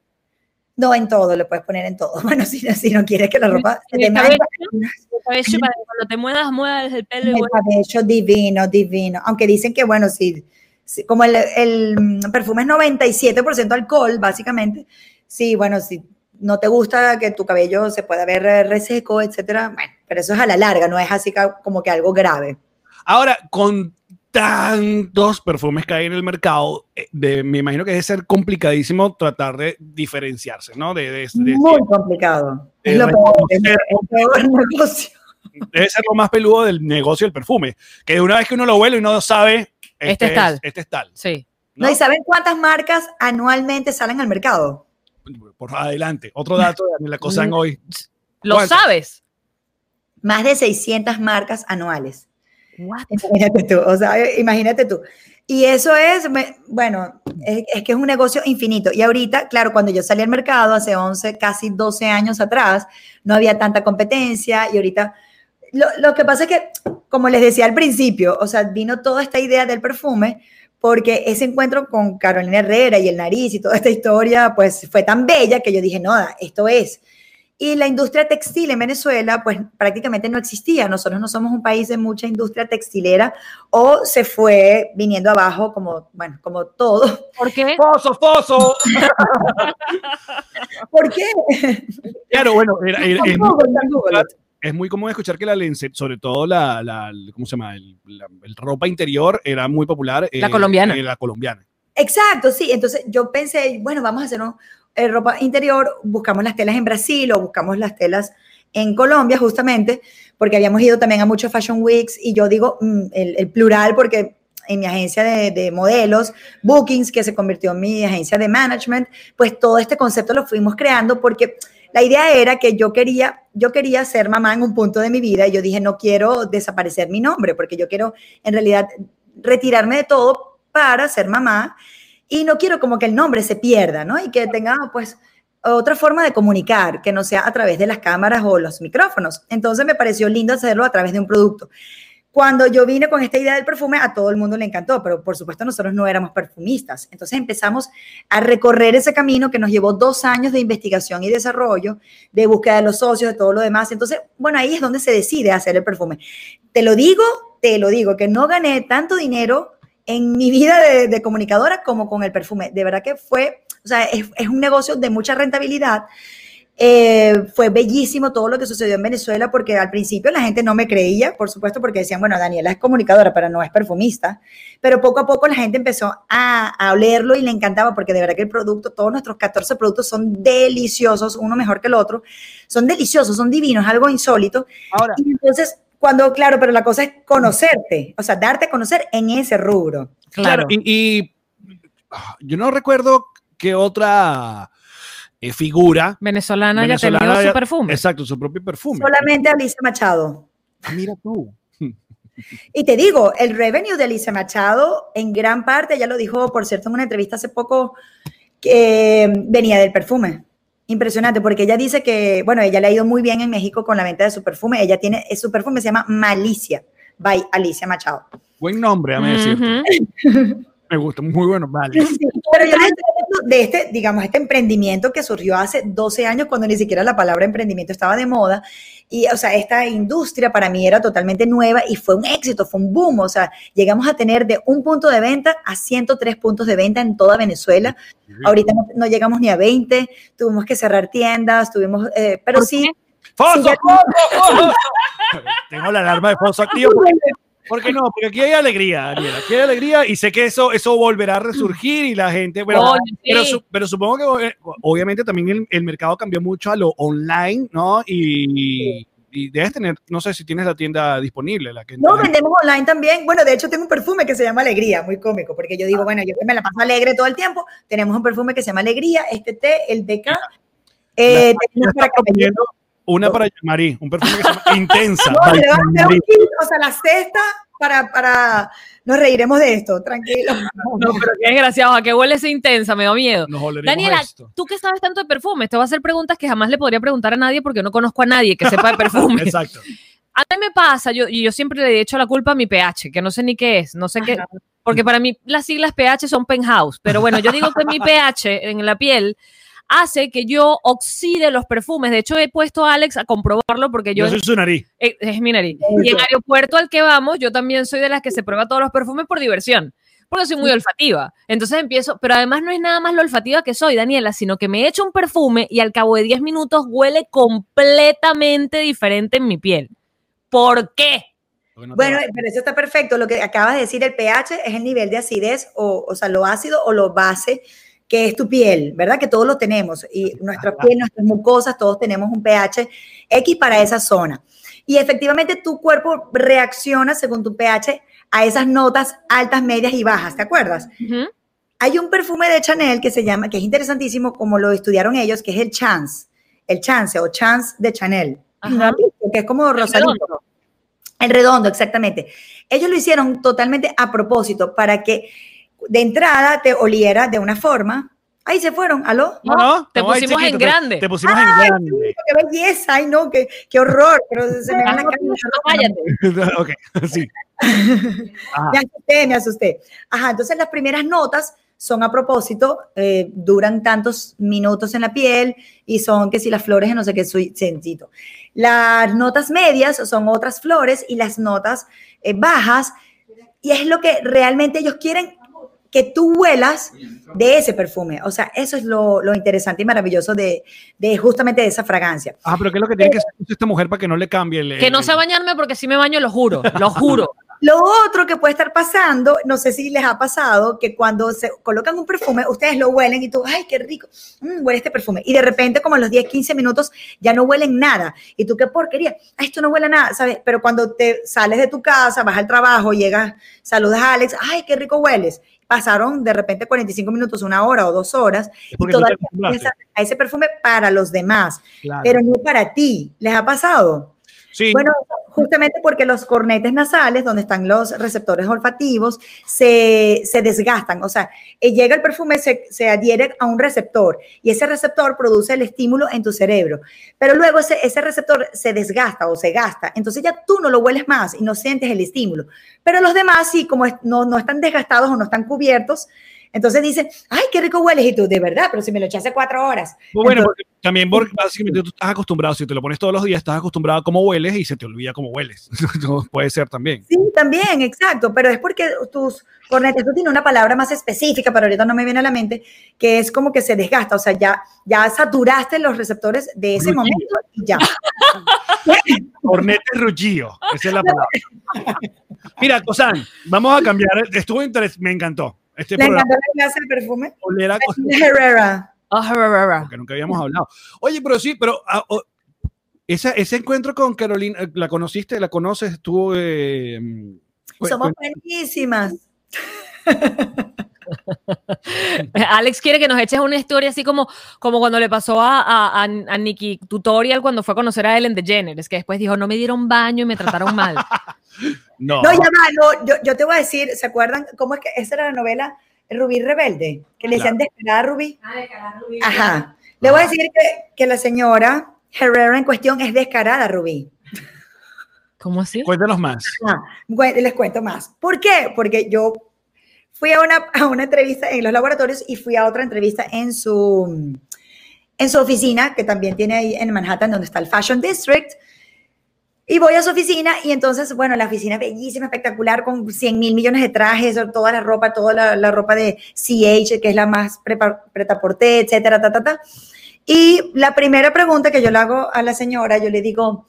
Speaker 4: No, en todo, le puedes poner en todo. Bueno, si, si no quieres que la ropa se
Speaker 2: En
Speaker 4: te
Speaker 2: el
Speaker 4: manche,
Speaker 2: cabello, en el cabello, para que cuando te muevas, muevas el pelo y
Speaker 4: el
Speaker 2: bueno,
Speaker 4: cabello divino, divino. Aunque dicen que, bueno, si, si- como el, el, mm, perfume es 97% alcohol, básicamente, sí, bueno, si no te gusta que tu cabello se pueda ver eh, reseco, etcétera, bueno, pero eso es a la larga, no es así ca- como que algo grave.
Speaker 1: Ahora, con tantos perfumes que hay en el mercado, eh, de- me imagino que debe ser complicadísimo tratar de diferenciarse, ¿no? De, de- de-
Speaker 4: Muy complicado. Es
Speaker 1: Eh,
Speaker 4: lo peor, es
Speaker 1: reconocer-
Speaker 4: el peor negocio.
Speaker 1: debe ser lo más peludo del negocio del perfume. Que una vez que uno lo huele, uno sabe.
Speaker 2: Este es tal.
Speaker 1: Este es tal.
Speaker 2: Sí.
Speaker 4: ¿No? ¿Y saben cuántas marcas anualmente salen al mercado?
Speaker 1: Por adelante. Otro dato de Daniela
Speaker 2: Mm.
Speaker 1: Cosán hoy.
Speaker 2: ¿Lo
Speaker 1: ¿Cuánto?
Speaker 2: sabes?
Speaker 4: Más de 600 marcas anuales.
Speaker 2: What?
Speaker 4: Imagínate tú, o sea, eh, imagínate tú. Y eso es, me- bueno, es, es que es un negocio infinito. Y ahorita, claro, cuando yo salí al mercado hace 11, casi 12 años atrás, no había tanta competencia y ahorita, lo, lo que pasa es que, como les decía al principio, o sea, vino toda esta idea del perfume porque ese encuentro con Carolina Herrera y el nariz y toda esta historia, pues fue tan bella que yo dije, no, esto es. Y la industria textil en Venezuela, pues prácticamente no existía. Nosotros no somos un país de mucha industria textilera o se fue viniendo abajo como, bueno, como todo.
Speaker 2: ¿Por qué?
Speaker 1: ¡Foso, foso!
Speaker 4: ¿Por qué?
Speaker 1: Claro, bueno, era- era- es,
Speaker 4: Tampoco, tampoco.
Speaker 1: es muy común escuchar que la lencería, sobre todo la, la- el- ¿cómo se llama? El, la- el ropa interior era muy popular.
Speaker 2: La
Speaker 1: eh,
Speaker 2: colombiana.
Speaker 1: eh, la colombiana.
Speaker 4: Exacto, sí. Entonces yo pensé, bueno, vamos a hacer un- eh, ropa interior, buscamos las telas en Brasil o buscamos las telas en Colombia, justamente, porque habíamos ido también a muchos Fashion Weeks y yo digo mm, el, el plural porque en mi agencia de, de modelos, Bookings, que se convirtió en mi agencia de management, pues todo este concepto lo fuimos creando porque la idea era que yo quería, yo quería ser mamá en un punto de mi vida y yo dije, no quiero desaparecer mi nombre porque yo quiero en realidad retirarme de todo para ser mamá y no quiero como que el nombre se pierda, ¿no? Y que tenga pues otra forma de comunicar, que no sea a través de las cámaras o los micrófonos. Entonces me pareció lindo hacerlo a través de un producto. Cuando yo vine con esta idea del perfume, a todo el mundo le encantó, pero por supuesto nosotros no éramos perfumistas. Entonces empezamos a recorrer ese camino que nos llevó dos años de investigación y desarrollo, de búsqueda de los socios, de todo lo demás. Entonces, bueno, ahí es donde se decide hacer el perfume. Te lo digo, te lo digo, que no gané tanto dinero en mi vida de, de comunicadora como con el perfume. De verdad que fue, o sea, es, es un negocio de mucha rentabilidad. Eh, fue bellísimo todo lo que sucedió en Venezuela porque al principio la gente no me creía, por supuesto, porque decían, bueno, Daniela es comunicadora, pero no es perfumista. Pero poco a poco la gente empezó a, a olerlo y le encantaba porque de verdad que el producto, todos nuestros 14 productos son deliciosos, uno mejor que el otro. Son deliciosos, son divinos, algo insólito.
Speaker 6: Ahora,
Speaker 4: Y entonces, cuando, claro, pero la cosa es conocerte, o sea, darte a conocer en ese rubro.
Speaker 1: Claro.
Speaker 2: Claro.
Speaker 1: Y, y, ah, yo no recuerdo qué otra eh, figura
Speaker 2: Venezolana, ya
Speaker 1: venezolana
Speaker 2: tenía
Speaker 1: haya-
Speaker 2: su perfume.
Speaker 1: Exacto, su propio perfume.
Speaker 4: Solamente Alicia Machado.
Speaker 1: Ah, Mira tú.
Speaker 4: Y te digo, el revenue de Alicia Machado, en gran parte, ya lo dijo, por cierto, en una entrevista hace poco, que eh, venía del perfume. Impresionante, porque ella dice que, bueno, ella le ha ido muy bien en México con la venta de su perfume. Ella tiene, eh, su perfume se llama Malicia, by Alicia Machado.
Speaker 1: Buen nombre, a mí
Speaker 2: Ujú.
Speaker 1: Me gusta, muy bueno. Vale.
Speaker 4: Pero yo les estoy hablando de este, digamos, este emprendimiento que surgió hace 12 años cuando ni siquiera la palabra emprendimiento estaba de moda. Y, o sea, esta industria para mí era totalmente nueva y fue un éxito, fue un boom. O sea, llegamos a tener de un punto de venta a 103 puntos de venta en toda Venezuela. Ahorita no, no llegamos ni a 20, tuvimos que cerrar tiendas, tuvimos, eh, pero
Speaker 2: ¿Por
Speaker 4: sí,
Speaker 1: ¡Fonso!
Speaker 4: Sí,
Speaker 1: ¡Fonso! ¡Fonso! Tengo la alarma de Fonso activa. ¿Por qué no? Porque aquí hay alegría, Daniela. Aquí hay alegría y sé que eso, eso volverá a resurgir y la gente. Bueno,
Speaker 2: Oye,
Speaker 1: pero,
Speaker 2: sí.
Speaker 1: su- pero supongo que eh, obviamente también el, el mercado cambió mucho a lo online, ¿no? Y, y debes tener, no sé si tienes la tienda disponible. La que,
Speaker 4: No,
Speaker 1: la-
Speaker 4: vendemos online también. Bueno, de hecho tengo un perfume que se llama Alegría, muy cómico, porque yo digo, bueno, yo que me la paso alegre todo el tiempo. Tenemos un perfume que se llama Alegría, este té, el DK. Eh, tenemos para cabello.
Speaker 1: una para Yamari, un perfume que se llama Intensa.
Speaker 4: No,
Speaker 1: by
Speaker 4: le vamos a hacer
Speaker 1: Yamari.
Speaker 4: un kit, o sea, la cesta para, para... Nos reiremos de esto, tranquilo.
Speaker 2: No, pero qué desgraciado, a que huele esa intensa, me da miedo.
Speaker 1: Nos oleremos
Speaker 2: Daniela,
Speaker 1: esto.
Speaker 2: tú que sabes tanto de perfumes, te voy a hacer preguntas que jamás le podría preguntar a nadie porque no conozco a nadie que sepa de perfumes.
Speaker 1: Exacto.
Speaker 2: A mí me pasa, yo, y yo siempre le he hecho la culpa a mi pH, que no sé ni qué es, no sé qué, porque para mí las siglas pH son penthouse, pero bueno, yo digo que mi pH en la piel hace que yo oxide los perfumes. De hecho, he puesto a Alex a comprobarlo porque yo...
Speaker 1: Yo soy su nariz.
Speaker 2: eh, es mi nariz. Y en aeropuerto al que vamos, yo también soy de las que se prueba todos los perfumes por diversión, porque soy muy olfativa. Entonces empiezo, pero además no es nada más lo olfativa que soy, Daniela, sino que me echo un perfume y al cabo de 10 minutos huele completamente diferente en mi piel. ¿Por qué?
Speaker 4: Bueno, pero eso está perfecto. Lo que acabas de decir, el pH es el nivel de acidez, o, o sea, lo ácido o lo base que es tu piel, ¿verdad? Que todos lo tenemos. Y nuestra piel, nuestras mucosas, todos tenemos un pH X para esa zona. Y efectivamente tu cuerpo reacciona según tu pH a esas notas altas, medias y bajas, ¿te acuerdas?
Speaker 2: Ujú.
Speaker 4: Hay un perfume de Chanel que se llama, que es interesantísimo, como lo estudiaron ellos, que es el Chance, el Chance o Chance de Chanel,
Speaker 2: Ajá.
Speaker 4: ¿No has visto? que es como rosadito. El redondo, exactamente. Ellos lo hicieron totalmente a propósito para que de entrada te oliera de una forma. Ahí se fueron, aló.
Speaker 1: No, no,
Speaker 2: Te
Speaker 1: no, ay,
Speaker 2: pusimos
Speaker 1: chiquito,
Speaker 2: en
Speaker 1: te-
Speaker 2: grande.
Speaker 1: Te pusimos en grande.
Speaker 4: ¡Qué belleza! ¡Ay, no! ¡Qué, qué horror! Pero se me va la cara.
Speaker 2: Cállate.
Speaker 1: ok, sí.
Speaker 4: Me asusté, me asusté. Ajá, entonces las primeras notas son a propósito, eh, duran tantos minutos en la piel y son que si las flores de no sé qué sui- sentido. Las notas medias son otras flores y las notas eh, bajas y es lo que realmente ellos quieren que tú huelas de ese perfume. O sea, eso es lo, lo interesante y maravilloso de, de justamente de esa fragancia.
Speaker 1: Ah, pero ¿qué es lo que tiene que hacer esta mujer para que no le cambie el...
Speaker 2: Que no sé bañarme porque si me baño, lo juro, lo juro.
Speaker 4: Lo otro que puede estar pasando, no sé si les ha pasado, que cuando se colocan un perfume, ustedes lo huelen y tú, ay, qué rico, mm, huele este perfume. Y de repente, como a los 10, 15 minutos, ya no huelen nada. Y tú, qué porquería, "Ay, esto no huele a nada, ¿sabes? Pero cuando te sales de tu casa, vas al trabajo, llegas, saludas a Alex, ay, qué rico hueles. Pasaron de repente 45 minutos, una hora o dos horas,
Speaker 1: Es
Speaker 4: y
Speaker 1: porque tú te
Speaker 4: todavía
Speaker 1: acostumbraste.
Speaker 4: piensas a ese perfume para los demás,
Speaker 1: Claro.
Speaker 4: pero no para ti. ¿Les ha pasado?
Speaker 1: sí,
Speaker 4: Bueno, justamente porque los cornetes nasales, donde están los receptores olfativos, se, se desgastan. O sea, eh, llega el perfume, se, se adhiere a un receptor y ese receptor produce el estímulo en tu cerebro. Pero luego ese, ese receptor se desgasta o se gasta. Entonces ya tú no lo hueles más y no sientes el estímulo. Pero los demás sí, como es- no, no están desgastados o no están cubiertos. Entonces dicen, ay, qué rico hueles. Y tú, de verdad, pero si me lo eché hace cuatro horas.
Speaker 1: Pues bueno,
Speaker 4: Entonces-
Speaker 1: porque también porque básicamente tú estás acostumbrado, si te lo pones todos los días, estás acostumbrado a cómo hueles y se te olvida cómo hueles. No, puede ser también.
Speaker 4: Sí, también, exacto, pero es porque tus cornetas, tú tienes una palabra más específica, pero ahorita no me viene a la mente, que es como que se desgasta, o sea, ya, ya saturaste los receptores de ese
Speaker 1: Rugido.
Speaker 4: momento y ya.
Speaker 1: Cornete rugido, esa es la palabra. Mira, Cosan, vamos a cambiar. Estuvo interes- me encantó este
Speaker 4: Le
Speaker 1: programa.
Speaker 4: encantó la clase de perfume.
Speaker 1: Oler a cosas
Speaker 4: Cristina Herrera.
Speaker 2: Ah, ra, ra, ra.
Speaker 1: que nunca habíamos hablado. Oye, pero sí, pero ah, oh, esa- ese encuentro con Carolina, eh, ¿la conociste? ¿La conoces? Estuvo. eh, mm, cu-
Speaker 4: Somos
Speaker 1: cu-
Speaker 4: buenísimas.
Speaker 2: Alex quiere que nos eches una historia así como, como cuando le pasó a, a, a- a Nikki Tutorial cuando fue a conocer a Ellen DeGeneres, que después dijo, no me dieron baño y me trataron mal.
Speaker 1: No,
Speaker 4: No, ya va, no, yo, yo te voy a decir, ¿se acuerdan cómo es que esa era la novela Rubí Rebelde? Que le decían descarada Rubí. Ajá. Le voy a decir que, que la señora Herrera en cuestión es descarada Rubí.
Speaker 2: ¿Cómo así?
Speaker 1: cuéntanos más.
Speaker 4: Ah, bueno, les cuento más. ¿Por qué? Porque yo fui a una, a una entrevista en los laboratorios y fui a otra entrevista en su, en su oficina, que también tiene ahí en Manhattan, donde está el Fashion District. Y voy a su oficina y entonces, bueno, la oficina es bellísima, espectacular, con 100 mil millones de trajes, toda la ropa, toda la, la ropa de CH, que es la más pretaporté, etcétera, ta, ta, ta. Y la primera pregunta que yo le hago a la señora, yo le digo,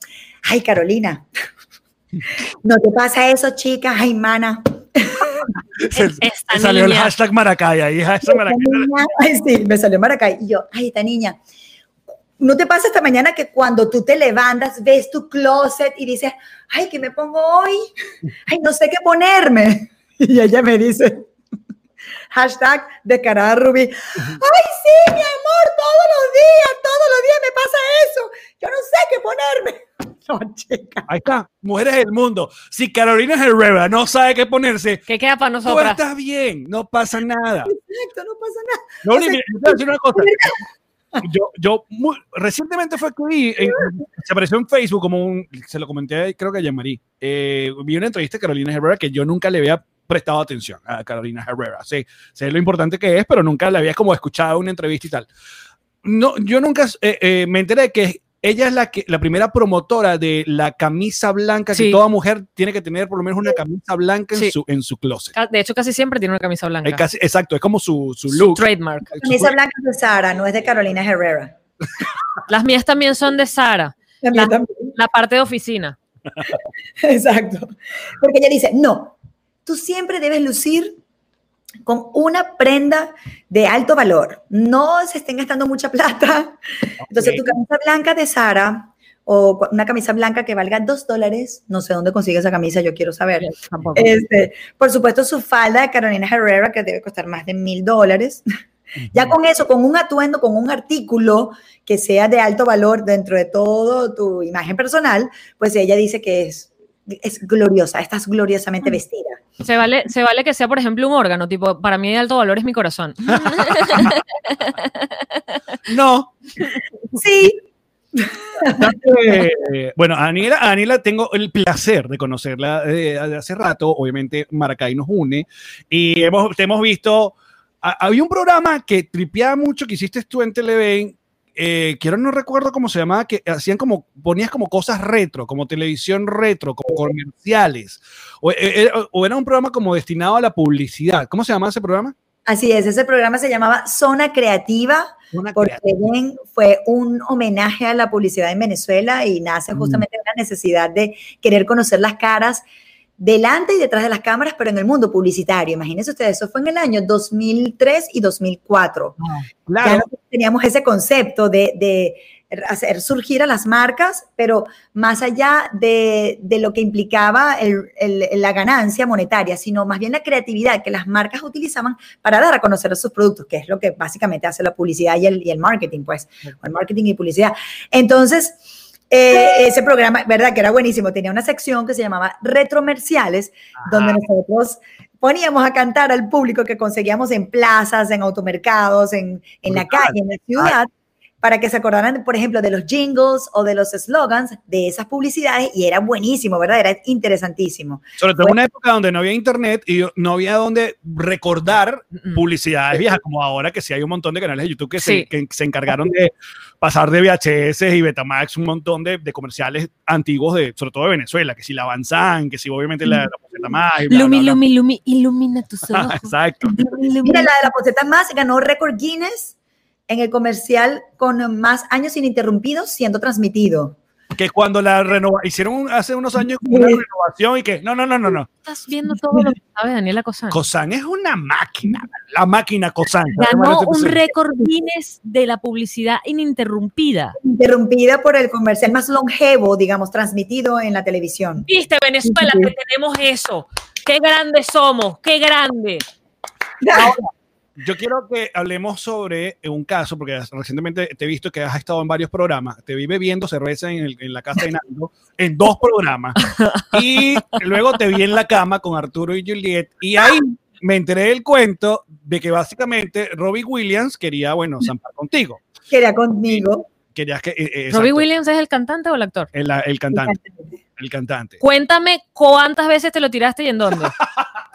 Speaker 4: ay, Carolina, ¿no te pasa eso, chica? Ay, mana.
Speaker 1: Se-
Speaker 2: Esta
Speaker 1: salió el
Speaker 2: niña.
Speaker 1: hashtag Maracay ahí. hashtag
Speaker 4: Esta
Speaker 1: Maracay.
Speaker 4: niña- ay, sí, me salió Maracay. Y yo, ay, esta niña, ¿no te pasa esta mañana que cuando tú te levantas, ves tu closet y dices, ay, ¿qué me pongo hoy? Ay, no sé qué ponerme. Y ella me dice, hashtag descarada Rubí, ay, sí, mi amor, todos los días, todos los días me pasa eso. Yo no sé qué ponerme. No, chica.
Speaker 1: Ahí está, mujeres del mundo. Si Carolina Herrera no sabe qué ponerse,
Speaker 2: ¿Qué queda para
Speaker 1: tú
Speaker 2: nosotras?
Speaker 1: estás bien, no pasa nada.
Speaker 4: Esto no pasa nada.
Speaker 1: No,
Speaker 4: O
Speaker 1: ni-
Speaker 4: sea,
Speaker 1: mira, yo te voy a decir una cosa. Yo, yo muy- recientemente fue que vi, eh, se apareció en Facebook como un, se lo comenté creo que a Yamari, vi una entrevista de Carolina Herrera que yo nunca le había prestado atención a Carolina Herrera. Sé, sé lo importante que es, pero nunca la había como escuchado una entrevista y tal. No, yo nunca eh, eh, me enteré que ella es la, que, la primera promotora de la camisa blanca que
Speaker 2: Sí.
Speaker 1: toda mujer tiene que tener por lo menos una camisa blanca en,
Speaker 2: Sí.
Speaker 1: su, en su closet.
Speaker 2: Ca- De hecho, casi siempre tiene una camisa blanca.
Speaker 1: Es casi- exacto, es como su, su
Speaker 2: Su
Speaker 1: look.
Speaker 2: trademark.
Speaker 1: Su-
Speaker 4: Camisa blanca es de Sara, no es de Carolina Herrera.
Speaker 2: Las mías también son de Sara,
Speaker 4: A mí
Speaker 2: La-
Speaker 4: también.
Speaker 2: la parte de oficina.
Speaker 4: Exacto. Porque ella dice, no, tú siempre debes lucir con una prenda de alto valor. No se estén gastando mucha plata. Entonces, tu camisa blanca de Sara o cu- una camisa blanca que valga dos dólares, no sé dónde consigue esa camisa, yo quiero saber.
Speaker 2: Tampoco.
Speaker 4: Este, por supuesto, su falda de Carolina Herrera, que debe costar más de mil dólares. Ya con eso, con un atuendo, con un artículo que sea de alto valor dentro de todo tu imagen personal, pues ella dice que es, es gloriosa, estás gloriosamente vestida.
Speaker 2: Se vale, se vale que sea, por ejemplo, un órgano. Tipo, para mí de alto valor es mi corazón.
Speaker 1: No,
Speaker 4: Sí,
Speaker 1: Eh, eh, bueno, a Anila, a Anila tengo el placer de conocerla eh, de hace rato. Obviamente, Maracay nos une. Y hemos, te hemos visto. ha- había un programa que tripeaba mucho que hiciste tú en Televen. Eh, que ahora no recuerdo cómo se llamaba, que hacían como, ponías como cosas retro, como televisión retro, como comerciales. O, eh, eh, o era un programa como destinado a la publicidad. ¿Cómo se llamaba ese programa?
Speaker 4: así es. Ese programa se llamaba Zona Creativa.
Speaker 1: Una
Speaker 4: porque ven, fue un homenaje Mm. a la publicidad en Venezuela y nace justamente de la necesidad de querer conocer las caras delante y detrás de las cámaras, pero en el mundo publicitario. Imagínense ustedes, eso fue en el año 2003 y 2004. Ya
Speaker 1: Claro,
Speaker 4: no teníamos ese concepto de, de hacer surgir a las marcas, pero más allá de, de lo que implicaba el- el- la ganancia monetaria, sino más bien la creatividad que las marcas utilizaban para dar a conocer sus productos, que es lo que básicamente hace la publicidad y el, y el marketing, pues, o el marketing y publicidad. Entonces, eh, ese programa, ¿verdad? Que era buenísimo, tenía una sección que se llamaba Retromerciales, donde nosotros poníamos a cantar al público que conseguíamos en plazas, en automercados, en, en la
Speaker 1: Brutal.
Speaker 4: calle, en la ciudad, para que se acordaran, por ejemplo, de los jingles o de los slogans de esas publicidades y era buenísimo, ¿verdad? Era interesantísimo.
Speaker 1: sobre todo en una época donde no había internet y no había donde recordar
Speaker 2: Mm,
Speaker 1: publicidades viejas, como ahora que sí hay un montón de canales de YouTube que,
Speaker 2: Sí.
Speaker 1: se, que se encargaron de pasar de VHS y Betamax un montón de, de comerciales antiguos, de, sobre todo de Venezuela, que si la Banzán, que si obviamente la, la Betamax. y bla,
Speaker 2: Lumi,
Speaker 1: bla, bla.
Speaker 2: lumi, lumi, ilumina tus ojos.
Speaker 1: Exacto.
Speaker 2: Lumi, lumi.
Speaker 4: Mira, la de la poseta más ganó récord Guinness en el comercial con más años ininterrumpidos siendo transmitido.
Speaker 1: Que cuando la renova hicieron un- hace unos años una
Speaker 4: Sí.
Speaker 1: renovación y que no, no, no, no, no.
Speaker 2: Estás viendo todo lo que sabe Daniela Cosán.
Speaker 1: Cosán es una máquina, la máquina Cosán.
Speaker 2: Ah. Ganó un récord Guinness de la publicidad ininterrumpida.
Speaker 4: Interrumpida por el comercial más longevo, digamos, transmitido en la televisión.
Speaker 2: Viste, Venezuela, que tenemos eso. Qué grandes somos, qué grande.
Speaker 1: Yo quiero que hablemos sobre un caso, porque has- recientemente te he visto que has estado en varios programas. Te vi bebiendo cerveza en, el- en la casa de Nando, en dos programas. Y luego te vi en la cama con Arturo y Juliet. Y ahí me enteré del cuento de que básicamente Robbie Williams quería, bueno, zampar contigo.
Speaker 4: Que era conmigo.
Speaker 1: Querías que. eh, eh,
Speaker 2: ¿Robbie
Speaker 1: exacto,
Speaker 2: Williams es el cantante o el actor?
Speaker 1: El, el cantante. El cantante.
Speaker 2: Cuéntame cuántas veces te lo tiraste y en dónde.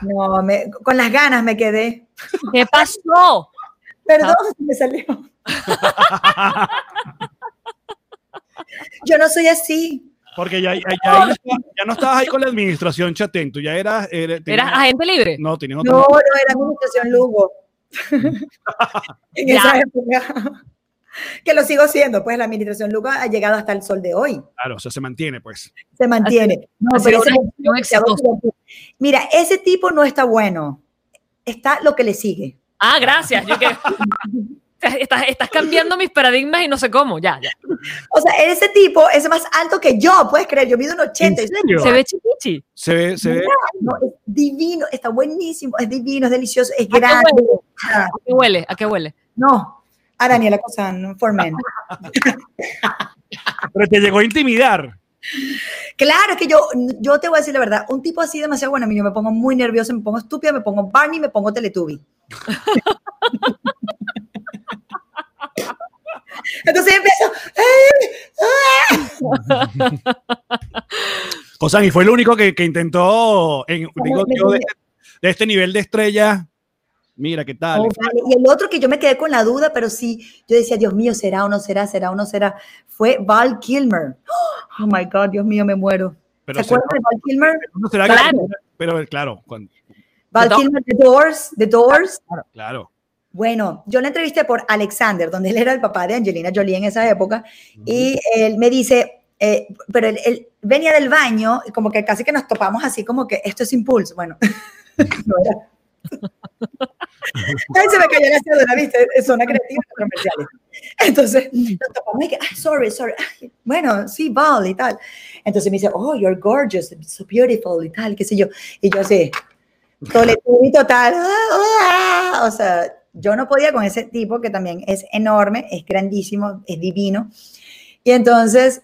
Speaker 4: No, me- con las ganas me quedé.
Speaker 2: ¿Qué pasó?
Speaker 4: Perdón, me salió. Yo no soy así.
Speaker 1: Porque ya, ya, ya- ya- ya no estabas ahí con la administración chatento, ya eras. era- tenías-
Speaker 2: ¿Eras agente libre?
Speaker 1: no, tenías otro
Speaker 4: No, no, era administración Lugo. en esa época. Que lo sigo siendo, pues la administración Lugo ha llegado hasta el sol de hoy.
Speaker 1: Claro, o sea, se mantiene, pues.
Speaker 4: Se mantiene. No,
Speaker 2: así
Speaker 4: pero
Speaker 2: es,
Speaker 4: ese-
Speaker 2: yo exitoso.
Speaker 4: mira, ese tipo no está bueno. Está lo que le sigue.
Speaker 2: Ah, gracias. yo que- estás, estás cambiando mis paradigmas y no sé cómo. Ya, ya.
Speaker 4: O sea, ese tipo es más alto que yo, puedes creer. Yo mido un 80.
Speaker 1: ¿En serio?
Speaker 2: Se ve chiquichi.
Speaker 1: Se ve, se ve.
Speaker 4: No, es divino, está buenísimo, es divino, es delicioso, es
Speaker 2: qué
Speaker 4: grande.
Speaker 2: bueno.
Speaker 4: Ah,
Speaker 2: ¿A qué huele? ¿A qué huele?
Speaker 4: No, a Daniela Cosán, for men.
Speaker 1: Pero te llegó a intimidar.
Speaker 4: Claro, es que yo, yo te voy a decir la verdad, un tipo así demasiado bueno, a mí yo me pongo muy nerviosa, me pongo estúpida, me pongo Barney, me pongo Teletubby. Entonces empiezo,
Speaker 1: Cosán, y fue el único que, que intentó, en- digo,
Speaker 4: me-
Speaker 1: yo de, de este nivel de estrella. Mira, ¿qué tal?
Speaker 4: Oh, vale. Y el otro que yo me quedé con la duda, pero sí, yo decía, Dios mío, será o no será, será o no será, fue Val Kilmer. Oh my God, Dios mío, me muero.
Speaker 1: pero
Speaker 4: ¿Se
Speaker 1: será-
Speaker 4: acuerdan de Val Kilmer?
Speaker 1: no será
Speaker 2: Claro.
Speaker 1: que- pero claro, cuando-
Speaker 4: Val
Speaker 2: The Doors.
Speaker 4: Kilmer, The Doors, The Doors.
Speaker 1: claro.
Speaker 4: Bueno, yo la entrevisté por Alexander, donde él era el papá de Angelina Jolie en esa época, y él me dice, eh, pero él, él venía del baño, y como que casi que nos topamos así, como que esto es impulso. Bueno, no era. Ay, se me cayó la cédula, ¿viste? Es Zona creativa, comerciales. Entonces, nos topamos y que, "Ah, sorry, sorry. Ay, Bueno, sí, Val y tal. Entonces me dice, oh, you're gorgeous, so beautiful y tal, qué sé yo. Y yo así, Toletubby total. Ah, ah. O sea, yo no podía con ese tipo que también es enorme, es grandísimo, es divino. Y entonces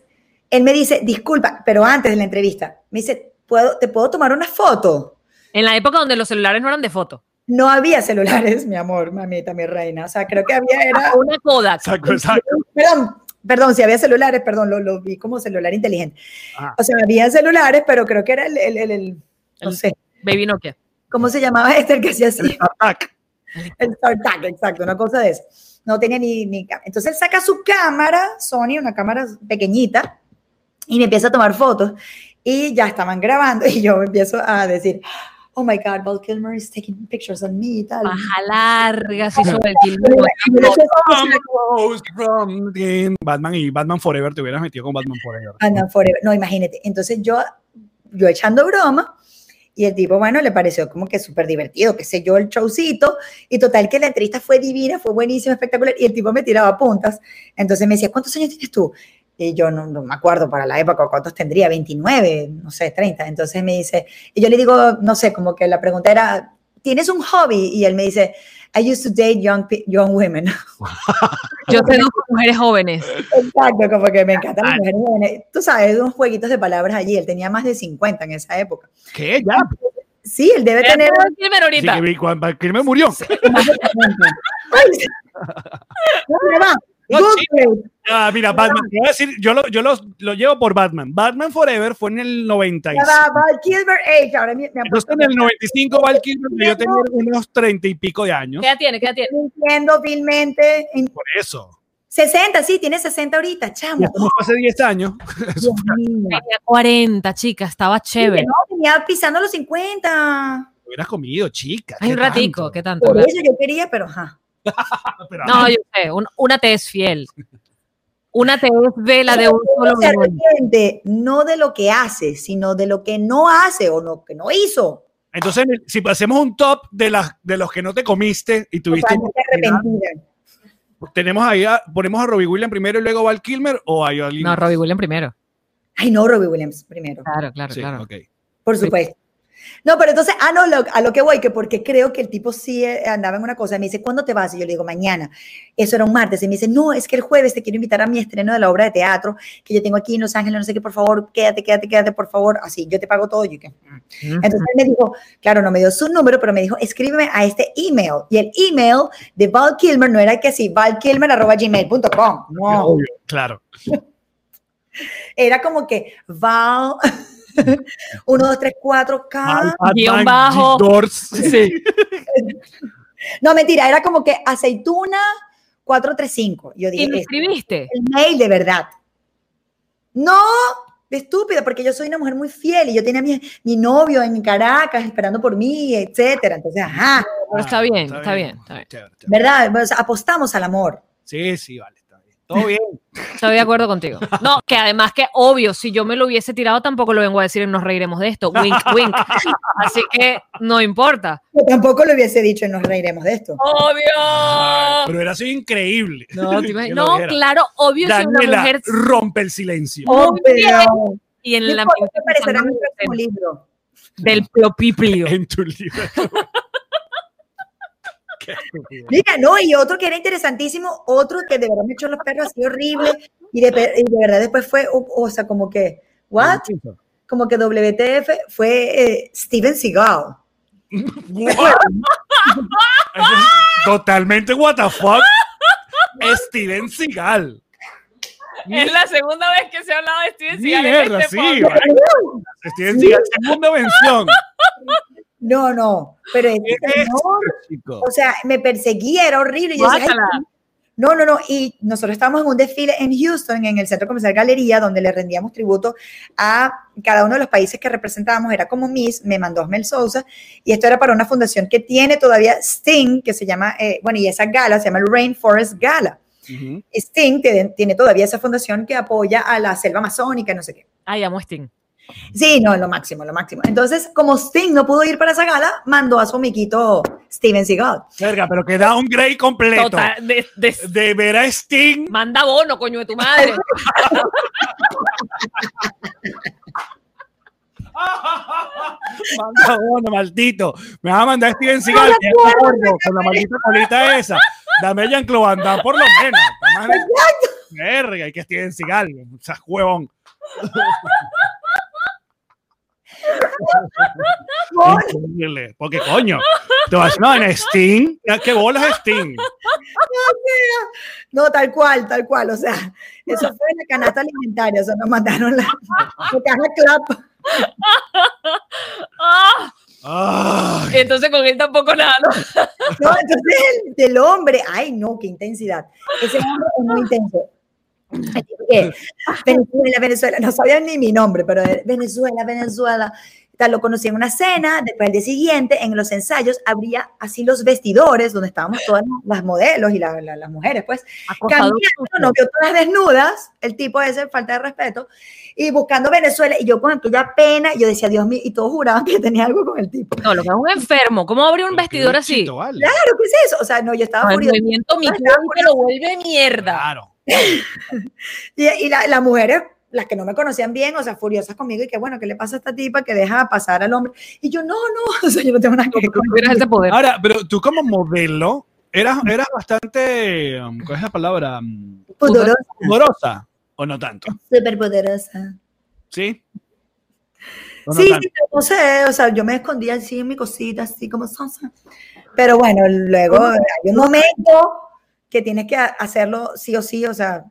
Speaker 4: él me dice, disculpa, pero antes de la entrevista, me dice, ¿Puedo, ¿te puedo tomar una foto?
Speaker 2: En la época donde los celulares no eran de foto.
Speaker 4: No había celulares, mi amor, mamita, mi reina. O sea, creo que había, era,
Speaker 2: Una Kodak.
Speaker 1: Exacto, exacto.
Speaker 4: perdón, perdón, si había celulares, perdón, lo, lo vi como celular inteligente.
Speaker 1: Ah.
Speaker 4: O sea, había celulares, pero creo que era el, el, el- el- no
Speaker 2: El-
Speaker 4: sé,
Speaker 2: Baby Nokia.
Speaker 4: ¿cómo se llamaba este el que hacía así?
Speaker 1: Atac.
Speaker 4: El StarTag, exacto, una cosa de eso. No tenía ni, ni cámara. Entonces él saca su cámara, Sony, una cámara pequeñita, y me empieza a tomar fotos. Y ya estaban grabando, y yo empiezo a decir, oh my God, Val Kilmer is taking pictures of me y tal.
Speaker 2: Baja larga, se hizo el
Speaker 4: Y
Speaker 2: Kilmer.
Speaker 4: yo le decía,
Speaker 1: Batman y Batman Forever te
Speaker 4: Ah,
Speaker 1: hubieras metido con Batman Forever.
Speaker 4: Andan forever. No, imagínate. Entonces yo, yo echando broma, Y el tipo, bueno, le pareció como que súper divertido, qué sé yo, el showcito. Y total, que la entrevista fue divina, fue buenísima, espectacular. Y el tipo me tiraba puntas. Entonces me decía, ¿cuántos años tienes tú? Y yo no, no me acuerdo para la época cuántos tendría, 29, no sé, 30. Entonces me dice, y yo le digo, no sé, como que la pregunta era, ¿tienes un hobby? Y él me dice, I used to date young, pe- young women.
Speaker 2: Yo seduzco mujeres jóvenes.
Speaker 4: Exacto, como que
Speaker 1: Ah,
Speaker 4: me encantan las mujeres jóvenes. Tú sabes, unos jueguitos de palabras allí. Él tenía más de 50 en esa época.
Speaker 1: ¿Qué? ¿Ya?
Speaker 4: Sí, él debe tener.
Speaker 2: Dímelo
Speaker 1: Sí,
Speaker 2: ahorita.
Speaker 1: que vi cuando- que me murió.
Speaker 4: más de 50. Ay, sí. No, ya va.
Speaker 1: No,
Speaker 4: Google.
Speaker 1: Ah, mira, Batman. Te voy a decir, yo lo, yo los- lo llevo por Batman. Batman Forever fue en el
Speaker 4: Ya
Speaker 1: 95.
Speaker 4: va, va, Gilbert H. Ahora me, me
Speaker 1: Entonces
Speaker 4: apuesto
Speaker 1: en el 95 va el Kilmer, que yo tenía unos 30 y pico de años.
Speaker 2: ¿Qué edad tiene? ¿Qué edad tiene?
Speaker 4: mintiendo vilmente. en-
Speaker 1: Por eso.
Speaker 4: 60, sí, tiene 60 ahorita,
Speaker 1: Y
Speaker 4: chamo.
Speaker 1: esto fue hace 10 años.
Speaker 4: Dios mío.
Speaker 2: Tenía 40, chica, estaba chévere.
Speaker 4: No, tenía pisando los 50.
Speaker 1: Lo hubieras comido, chica.
Speaker 2: Hay
Speaker 1: ¿qué
Speaker 2: un ratico,
Speaker 1: tanto?
Speaker 2: ¿qué tanto?
Speaker 4: Por eso yo quería, pero ajá.
Speaker 1: Pero,
Speaker 2: No, yo sé, un- una te es fiel. Una te es vela de un solo
Speaker 4: se
Speaker 2: varón.
Speaker 4: arrepiente no de lo que hace, sino de lo que no hace o lo que no hizo.
Speaker 1: Entonces, si hacemos un top de, las, de los que no te comiste y
Speaker 4: O sea,
Speaker 1: tuviste.
Speaker 4: no te arrepentida.
Speaker 1: Tenemos ahí, a- ponemos a Robbie Williams primero y luego va al Kilmer o hay alguien.
Speaker 2: No, Robbie Williams primero.
Speaker 4: Ay, no, Robbie Williams primero.
Speaker 2: Claro, claro,
Speaker 1: Sí,
Speaker 2: claro.
Speaker 1: ok.
Speaker 4: Por supuesto. No, pero entonces, ah, no, lo- a lo que voy, que porque creo que el tipo sí eh, andaba en una cosa, me dice, ¿cuándo te vas? Y yo le digo, mañana. Eso era un martes. Y me dice, no, es que el jueves te quiero invitar a mi estreno de la obra de teatro que yo tengo aquí en Los Ángeles, no sé qué, por favor, quédate, quédate, quédate, por favor. Así, yo te pago todo. Yo, que, mm. Entonces él me dijo, claro, no me dio su número, pero me dijo, escríbeme a este email. Y el email de Val Kilmer no era que sí, valkilmer.gmail.com. No.
Speaker 1: Obvio, Claro.
Speaker 4: Era como que Val, 1, 2, 3, 4, K.
Speaker 1: Batman,
Speaker 2: Ah, Guión bajo.
Speaker 1: Doors.
Speaker 4: No, mentira, era como que aceituna 435. Yo dije, "Este
Speaker 2: ¿Y me
Speaker 4: "Es
Speaker 2: escribiste?
Speaker 1: Ah,
Speaker 4: el mail de verdad. No, de estúpida, porque yo soy una mujer muy fiel y yo tenía a mi, mi novio en Caracas esperando por mí, etcétera. Entonces, ajá,
Speaker 2: Pero está
Speaker 1: Ah,
Speaker 2: bien, está bien, está bien.
Speaker 1: Chévere, chévere.
Speaker 4: ¿verdad? O sea, apostamos al amor.
Speaker 1: Sí, sí, vale, está bien. Todo bien.
Speaker 2: Estoy de acuerdo contigo. No, que además que obvio, si yo me lo hubiese tirado tampoco lo vengo a decir y nos reiremos de esto. Wink, wink. Así que no importa.
Speaker 4: Yo tampoco lo hubiese dicho y nos reiremos de esto.
Speaker 1: Ay,
Speaker 2: Obvio.
Speaker 1: Pero era sido increíble.
Speaker 2: No, te
Speaker 1: Que
Speaker 2: imaginas-
Speaker 1: lo
Speaker 2: no,
Speaker 1: viera.
Speaker 2: claro, obvio si una
Speaker 1: Daniela
Speaker 2: mujer
Speaker 1: rompe el silencio.
Speaker 2: Muy
Speaker 4: Oh, pero-
Speaker 2: bien. y en
Speaker 4: No
Speaker 2: la
Speaker 4: importa, aparecerá en mi próximo libro.
Speaker 2: del piopiplio.
Speaker 1: En tu libro. Qué estúpido.
Speaker 4: Mira, no, y otro que era interesantísimo, otro que de verdad me echó los perros así horrible, y de, per- y de verdad después fue, o, o sea, como que, ¿what?
Speaker 1: Mm.
Speaker 4: Como que WTF fue eh, Steven Seagal.
Speaker 1: Eso es Totalmente what the fuck. Steven Seagal.
Speaker 2: Es la segunda vez que se ha hablado de Steven Seagal en
Speaker 1: Mierda,
Speaker 2: este
Speaker 1: sí.
Speaker 2: podcast.
Speaker 1: vale. Steven Seagal, segunda mención.
Speaker 4: No, no, pero este
Speaker 1: ¿Qué es esto,
Speaker 4: señor,
Speaker 1: chico?
Speaker 4: o sea, me perseguía, era horrible. y yo decía, ay,
Speaker 2: Guácala.
Speaker 4: no, no, no, y nosotros estábamos en un desfile en Houston, en el Centro Comercial Galería, donde le rendíamos tributo a cada uno de los países que representábamos, era como Miss, me mandó Mel Sousa, y esto era para una fundación que tiene todavía Sting, que se llama, eh, bueno, y esa gala se llama el Rainforest Gala.
Speaker 1: Ujú.
Speaker 4: Sting tiene, tiene todavía esa fundación que apoya a la selva amazónica, no sé qué.
Speaker 2: Ay, amo a Sting.
Speaker 4: Sí, no, lo máximo, lo máximo. Entonces, como Sting no pudo ir para esa gala, mandó a su amiguito Steven Seagal.
Speaker 1: Verga, pero que da un Grey completo.
Speaker 2: Total, de- de-
Speaker 1: De ver a Sting.
Speaker 2: manda bono, coño de tu madre.
Speaker 1: Manda bono, maldito. Me vas a mandar Steven Seagal. que es gordo, con la maldita colita esa. Dame a Jean-Claude Van Damme por lo menos. Está más- Verga, y que Steven Seagal. O sea, huevón. Increíble, Porque coño, te vas no, en Steam, qué bolas Steam.
Speaker 4: No, tal cual, tal cual. O sea, eso fue en la canasta alimentaria. O sea, nos mandaron la, la caja clap.
Speaker 2: Ah,
Speaker 1: Ay,
Speaker 2: entonces con él tampoco nada, ¿no?
Speaker 4: No, entonces el- del hombre, ay no, qué intensidad. Ese hombre es muy intenso. Así que, Venezuela, Venezuela, no sabían ni mi nombre, pero era, Venezuela, Venezuela. tal, lo conocí en una cena, después el día siguiente, en los ensayos, habría así los vestidores donde estábamos todas las modelos y la- la- las mujeres, pues,
Speaker 2: Acosador
Speaker 4: cambiando, nos vio todas desnudas, el tipo ese, falta de respeto, y buscando Venezuela, y yo con aquella pena, yo decía, Dios mío, y todos juraban que tenía algo con el tipo.
Speaker 2: No, lo que es un enfermo. ¿Cómo abrir un vestidor así?
Speaker 1: Vale.
Speaker 4: Claro, ¿qué es eso? O sea, no, yo estaba
Speaker 2: Ah, El
Speaker 4: furiosa.
Speaker 2: movimiento
Speaker 4: Estaba
Speaker 2: Me Too que lo vuelve mierda.
Speaker 1: Claro.
Speaker 4: Y, y la- las mujeres, las que no me conocían bien, o sea, furiosas conmigo, y que bueno, ¿qué le pasa a esta tipa que deja pasar al hombre? Y yo, no, no, o sea, yo no tengo nada que ver con
Speaker 2: Tuvieras ese poder.
Speaker 1: Ahora, pero tú como modelo, eras, eras bastante, um, ¿cuál es la palabra? Um,
Speaker 4: Poderosa,
Speaker 1: Pudorosa, o no tanto,
Speaker 4: súper poderosa.
Speaker 1: ¿sí? O no
Speaker 4: Sí,
Speaker 1: tanto.
Speaker 4: sí, pero no sé, o sea, yo me escondía así en mi cosita, así como sonsa. Pero bueno, luego hay un momento que tienes que ha- hacerlo sí o sí, o sea,
Speaker 1: Tú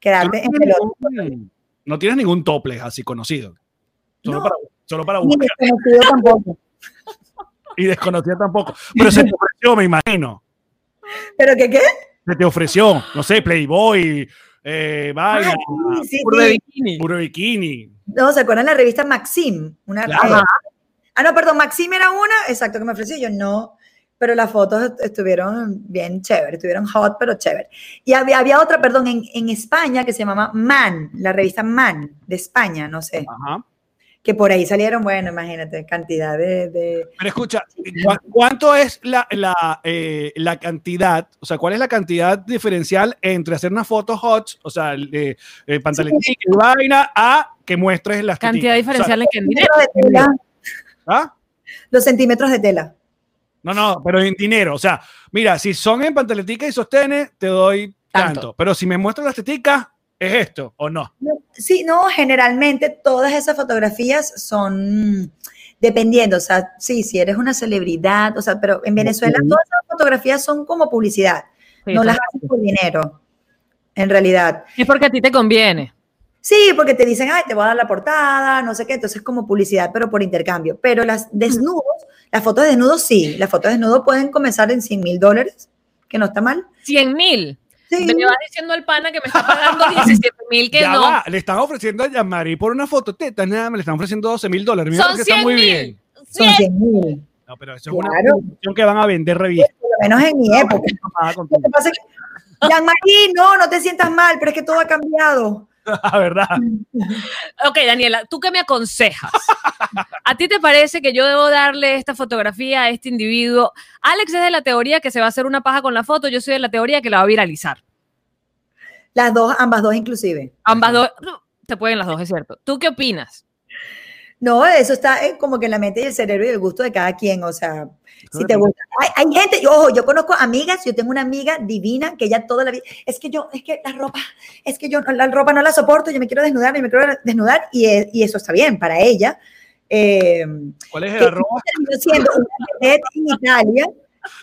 Speaker 4: quedarte en
Speaker 1: no,
Speaker 4: pelota.
Speaker 1: tienes ningún, no tienes ningún topless así conocido. Solo,
Speaker 4: No.
Speaker 1: para, solo para
Speaker 4: Ni
Speaker 1: buscar.
Speaker 4: desconocido tampoco.
Speaker 1: Y desconocida tampoco. Pero se te ofreció, me imagino.
Speaker 4: ¿Pero qué qué?
Speaker 1: Se te ofreció, no sé, Playboy, eh, vaina,
Speaker 4: sí, sí,
Speaker 2: Puro
Speaker 4: sí.
Speaker 2: de bikini.
Speaker 1: puro bikini.
Speaker 4: No, ¿se acuerdan la revista Maxim? Una
Speaker 1: Claro.
Speaker 4: eh, Ah, no, perdón, Maxim era una, exacto, que me ofreció yo, no. Pero las fotos est- estuvieron bien chévere, estuvieron hot, pero chévere. Y había, había otra, perdón, en, en España que se llamaba Man, la revista Man de España, no sé.
Speaker 1: Ajá.
Speaker 4: que por ahí salieron, bueno, imagínate, cantidad de... de-
Speaker 1: Pero escucha, ¿cu- ¿cuánto es la, la, eh, la cantidad? O sea, ¿cuál es la cantidad diferencial entre hacer una foto hot, o sea, el, eh, el pantalón y vaina, a que muestres las
Speaker 2: Cantidad
Speaker 1: teticas? O sea,
Speaker 2: diferencial en que en dinero.
Speaker 4: de tela,
Speaker 1: ¿ah?
Speaker 4: los centímetros de tela.
Speaker 1: No, no, pero en dinero. O sea, mira, si son en pantaletica y sostenes, te doy tanto.
Speaker 2: Tanto.
Speaker 1: Pero si me muestras las teticas, es esto, ¿o no?
Speaker 4: Sí, no, generalmente todas esas fotografías son mm, dependiendo, o sea, sí, si eres una celebridad, o sea, pero en Venezuela
Speaker 1: Ok.
Speaker 4: todas esas fotografías son como publicidad,
Speaker 2: Sí,
Speaker 4: no
Speaker 2: eso
Speaker 4: las
Speaker 2: es-
Speaker 4: haces por dinero, en realidad.
Speaker 2: Es porque a ti te conviene.
Speaker 4: Sí, porque te dicen, ay, te voy a dar la portada, no sé qué, entonces como publicidad, pero por intercambio. Pero las desnudos, las fotos de desnudo sí, las fotos de desnudo pueden comenzar en 100 mil dólares, que no está mal.
Speaker 2: 100 mil.
Speaker 4: Sí.
Speaker 2: Le vas diciendo al pana que me está pagando 17 mil que
Speaker 1: ya
Speaker 2: no.
Speaker 1: va, le están ofreciendo a Yamari por una foto teta, nada, me le están ofreciendo 12 mil dólares. Mira
Speaker 2: Son
Speaker 1: que está
Speaker 2: 100
Speaker 1: muy
Speaker 2: mil.
Speaker 1: bien.
Speaker 4: Son 100 mil.
Speaker 1: No, pero eso es una
Speaker 4: Claro,
Speaker 1: opción que van a vender revistas.
Speaker 4: por lo menos en mi época.
Speaker 1: Ah, con-
Speaker 4: Lo que pasa es que, Jean-Marie, no, no te sientas mal, pero es que todo ha cambiado.
Speaker 1: Ah, ¿verdad?
Speaker 2: Ok, Daniela, ¿tú qué me aconsejas? ¿A ti te parece que yo debo darle esta fotografía a este individuo? Alex es de la teoría que se va a hacer una paja con la foto, yo soy de la teoría que la va a viralizar.
Speaker 4: Las dos, ambas dos inclusive.
Speaker 2: Ambas dos, no, te pueden las dos, es cierto. ¿Tú qué opinas?
Speaker 4: No, eso está eh, como que en la mente y el cerebro y el gusto de cada quien, o sea, si te
Speaker 1: depende.
Speaker 4: gusta. Hay, hay gente, yo, ojo, yo conozco amigas, yo tengo una amiga divina que ya toda la vida, es que yo, es que la ropa, es que yo no- la ropa no la soporto, yo me quiero desnudar, yo me quiero desnudar y, eh, y eso está bien para ella. Eh,
Speaker 1: ¿Cuál es
Speaker 4: que
Speaker 1: el arroba?
Speaker 4: terminó siendo una vedette en Italia.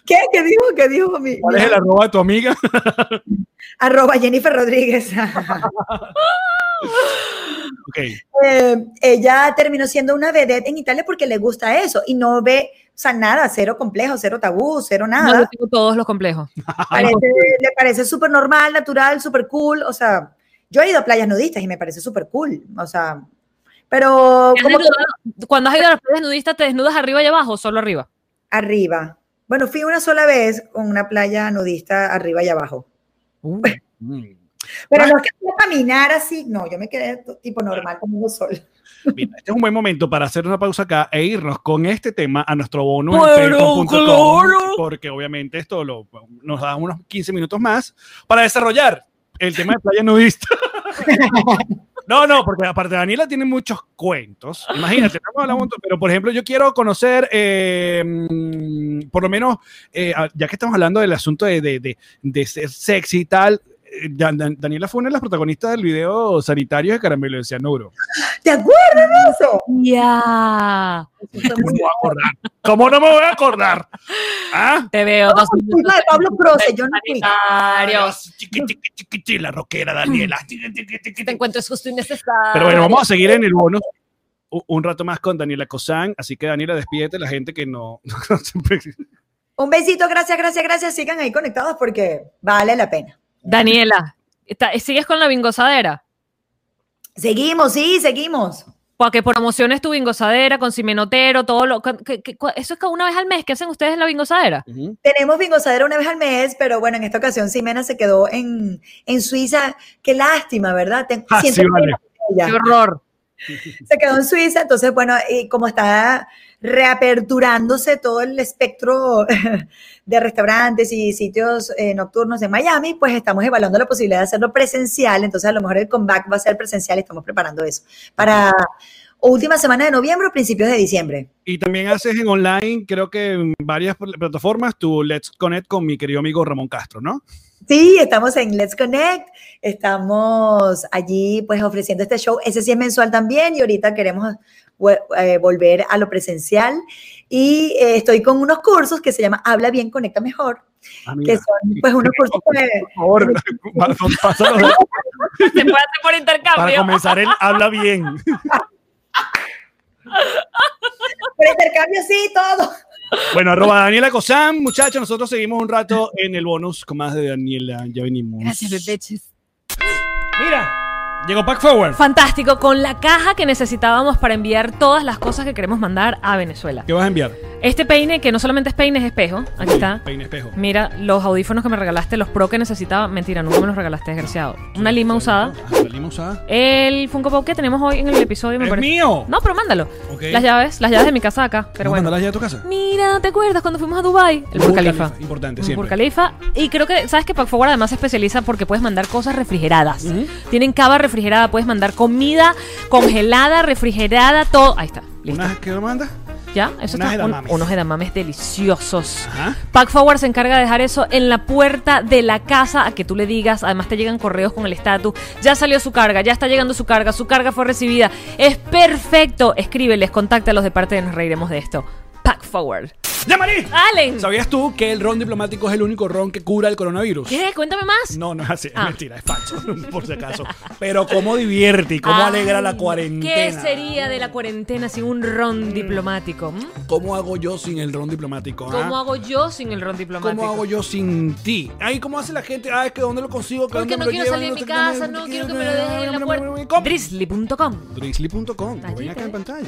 Speaker 4: ¿Qué? ¿Qué dijo? ¿Qué dijo mi,
Speaker 1: ¿Cuál
Speaker 4: mi
Speaker 1: es el arroba de tu amiga?
Speaker 4: Arroba Jennifer Rodríguez.
Speaker 1: ok.
Speaker 4: Eh, ella terminó siendo una vedette en Italia porque le gusta eso y no ve, o sea, nada, cero complejo, cero tabú, cero
Speaker 2: No, yo
Speaker 4: nada.
Speaker 2: tengo todos los complejos.
Speaker 4: Parece- le parece súper normal, natural, súper cool. O sea, yo he ido a playas nudistas y me parece súper cool. O sea, pero
Speaker 2: ¿Te has
Speaker 4: como que
Speaker 2: desnudado? Cuando has ido a las playas nudistas, ¿te desnudas arriba y abajo o solo arriba?
Speaker 4: arriba. Bueno, fui una sola vez con una playa nudista arriba y abajo.
Speaker 1: Mm.
Speaker 4: Pero no es que fui a caminar así, no, yo me quedé tipo normal como sol.
Speaker 1: Mira, este es un buen momento para hacer una pausa acá e irnos con este tema a nuestro bonus en
Speaker 2: Pero,
Speaker 1: patreon.com,
Speaker 2: claro.
Speaker 1: porque obviamente esto lo- nos da unos 15 minutos más para desarrollar el tema de playa nudista. No, no, porque aparte Daniela tiene muchos cuentos. Imagínate, estamos hablando, un montón, pero por ejemplo, yo quiero conocer, eh, mm, por lo menos, eh, a- ya que estamos hablando del asunto de, de- de- de ser sexy y tal, eh, Dan- Dan- Daniela fue una de las protagonistas del video sanitario de Caramelo de Cianuro.
Speaker 4: ¿Te acuerdas de eso?
Speaker 2: Ya.
Speaker 1: ¿Cómo no me voy a acordar? ¿Cómo no me voy a acordar? ¿Ah?
Speaker 2: Te veo. dos
Speaker 4: Culpa
Speaker 2: minutos
Speaker 4: de Pablo Croce, yo no fui.
Speaker 2: sanitarios.
Speaker 1: Chiqui, chiqui, chiqui, chiqui, la roquera Daniela. Chiqui, chiqui, chiqui,
Speaker 2: Te
Speaker 1: chiqui.
Speaker 2: encuentro es justo y necesario.
Speaker 1: Pero bueno, vamos a seguir en el bonus u- un rato más con Daniela Cosán. Así que Daniela, despídete la gente que no. no siempre-
Speaker 4: Un besito, gracias, gracias, gracias. Sigan ahí conectados porque vale la pena.
Speaker 2: Daniela, está- ¿sigues con la bingosadera?
Speaker 4: Seguimos, sí, seguimos.
Speaker 2: Para que promociones tu bingosadera con cimenotero, todo lo. que- que- que- cua- eso es cada una vez al mes que hacen ustedes la bingosadera.
Speaker 1: Ujú.
Speaker 4: Tenemos bingosadera una vez al mes, pero bueno, en esta ocasión Simena se quedó en, en Suiza. Qué lástima, ¿verdad? Te-
Speaker 1: Ah,
Speaker 4: siento
Speaker 1: sí, vale.
Speaker 4: pena por ella.
Speaker 2: Qué horror.
Speaker 4: se quedó en Suiza, entonces, bueno, y como está reaperturándose todo el espectro de restaurantes y sitios eh, nocturnos en Miami, pues estamos evaluando la posibilidad de hacerlo presencial, entonces a lo mejor el comeback va a ser presencial y estamos preparando eso para última semana de noviembre o principios de diciembre.
Speaker 1: Y también haces en online, creo que en varias pl- plataformas, tu Let's Connect con mi querido amigo Ramón Castro, ¿no?
Speaker 4: Sí, estamos en Let's Connect, estamos allí pues ofreciendo este show, ese sí es mensual también y ahorita queremos vu- eh, volver a lo presencial y eh, estoy con unos cursos que se llama Habla bien, conecta mejor,
Speaker 1: Ah,
Speaker 4: que
Speaker 1: mira,
Speaker 4: son pues unos cursos que
Speaker 1: por favor, pásanos la-
Speaker 2: Se puede hacer por
Speaker 1: para
Speaker 2: intercambio.
Speaker 1: comenzar el habla bien.
Speaker 4: por intercambio sí, todo.
Speaker 1: Bueno, arroba Daniela Cosán, muchachos, nosotros seguimos un rato en el bonus con más de Daniela, ya venimos.
Speaker 2: Gracias, bebeches.
Speaker 1: Mira, llegó Pack Forward.
Speaker 2: Fantástico, con la caja que necesitábamos para enviar todas las cosas que queremos mandar a Venezuela.
Speaker 1: ¿Qué vas a enviar?
Speaker 2: Este peine, que no solamente es peine, es espejo. Aquí está.
Speaker 1: Peine espejo.
Speaker 2: Mira, los audífonos que me regalaste, los pro que necesitaba. Mentira, nunca me los regalaste, desgraciado. Una lima usada.
Speaker 1: Ah, la lima usada.
Speaker 2: El Funko Pop que tenemos hoy en el episodio, me
Speaker 1: ¡Es
Speaker 2: parece.
Speaker 1: mío!
Speaker 2: No, pero mándalo.
Speaker 1: Ok.
Speaker 2: Las llaves, las llaves de mi casa acá. Pero
Speaker 1: ¿No
Speaker 2: bueno.
Speaker 1: mandarás ya a tu casa?
Speaker 2: Mira, ¿te acuerdas cuando fuimos a Dubai? El Burj Khalifa.
Speaker 1: Importante,
Speaker 2: Un
Speaker 1: siempre.
Speaker 2: Burj Khalifa. Y creo que, ¿sabes que Pack Forward además se especializa porque puedes mandar cosas refrigeradas. Tienen cava refrigerada, puedes mandar comida congelada, refrigerada, todo. Ahí está. Listo.
Speaker 1: ¿Unas que lo mandas?
Speaker 2: ¿Ya? Eso
Speaker 1: unas
Speaker 2: está. un-
Speaker 1: edamames.
Speaker 2: unos edamames deliciosos.
Speaker 1: Ajá.
Speaker 2: Pack Forward se encarga de dejar eso en la puerta de la casa a que tú le digas. Además, te llegan correos con el estatus. Ya salió su carga, ya está llegando su carga, su carga fue recibida. Es perfecto. Escríbeles, contáctalos de parte de Nos Reiremos de esto. Pack Forward.
Speaker 1: ¡Ya, Marí!
Speaker 2: ¡Allen!
Speaker 1: ¿Sabías tú que el ron diplomático es el único ron que cura el coronavirus?
Speaker 2: ¿Qué? Cuéntame más.
Speaker 1: No, no es así, es
Speaker 2: Ah.
Speaker 1: mentira, es falso, por si acaso. Pero cómo divierte y cómo
Speaker 2: Ay,
Speaker 1: alegra la cuarentena.
Speaker 2: Ah.
Speaker 1: Mm.
Speaker 2: ¿Qué sería de la cuarentena sin un ron diplomático? ¿m?
Speaker 1: ¿Cómo hago yo sin el ron diplomático? ah?
Speaker 2: ¿Cómo hago yo sin el ron diplomático?
Speaker 1: ¿Cómo hago yo sin ti? Ay, ¿cómo hace la gente? Ah, es que ¿dónde lo consigo? ¿Que
Speaker 2: Porque
Speaker 1: dónde
Speaker 2: no
Speaker 1: me lo
Speaker 2: quiero
Speaker 1: llevan?
Speaker 2: salir de mi
Speaker 1: te-
Speaker 2: casa,
Speaker 1: te
Speaker 2: no
Speaker 1: quiero-
Speaker 2: quiero que me lo dejen en la puerta.
Speaker 1: ¿Cómo?
Speaker 2: Drizzly.com
Speaker 1: Drizzly.com, que
Speaker 2: Allí
Speaker 1: ven acá
Speaker 2: te-
Speaker 1: en pantalla.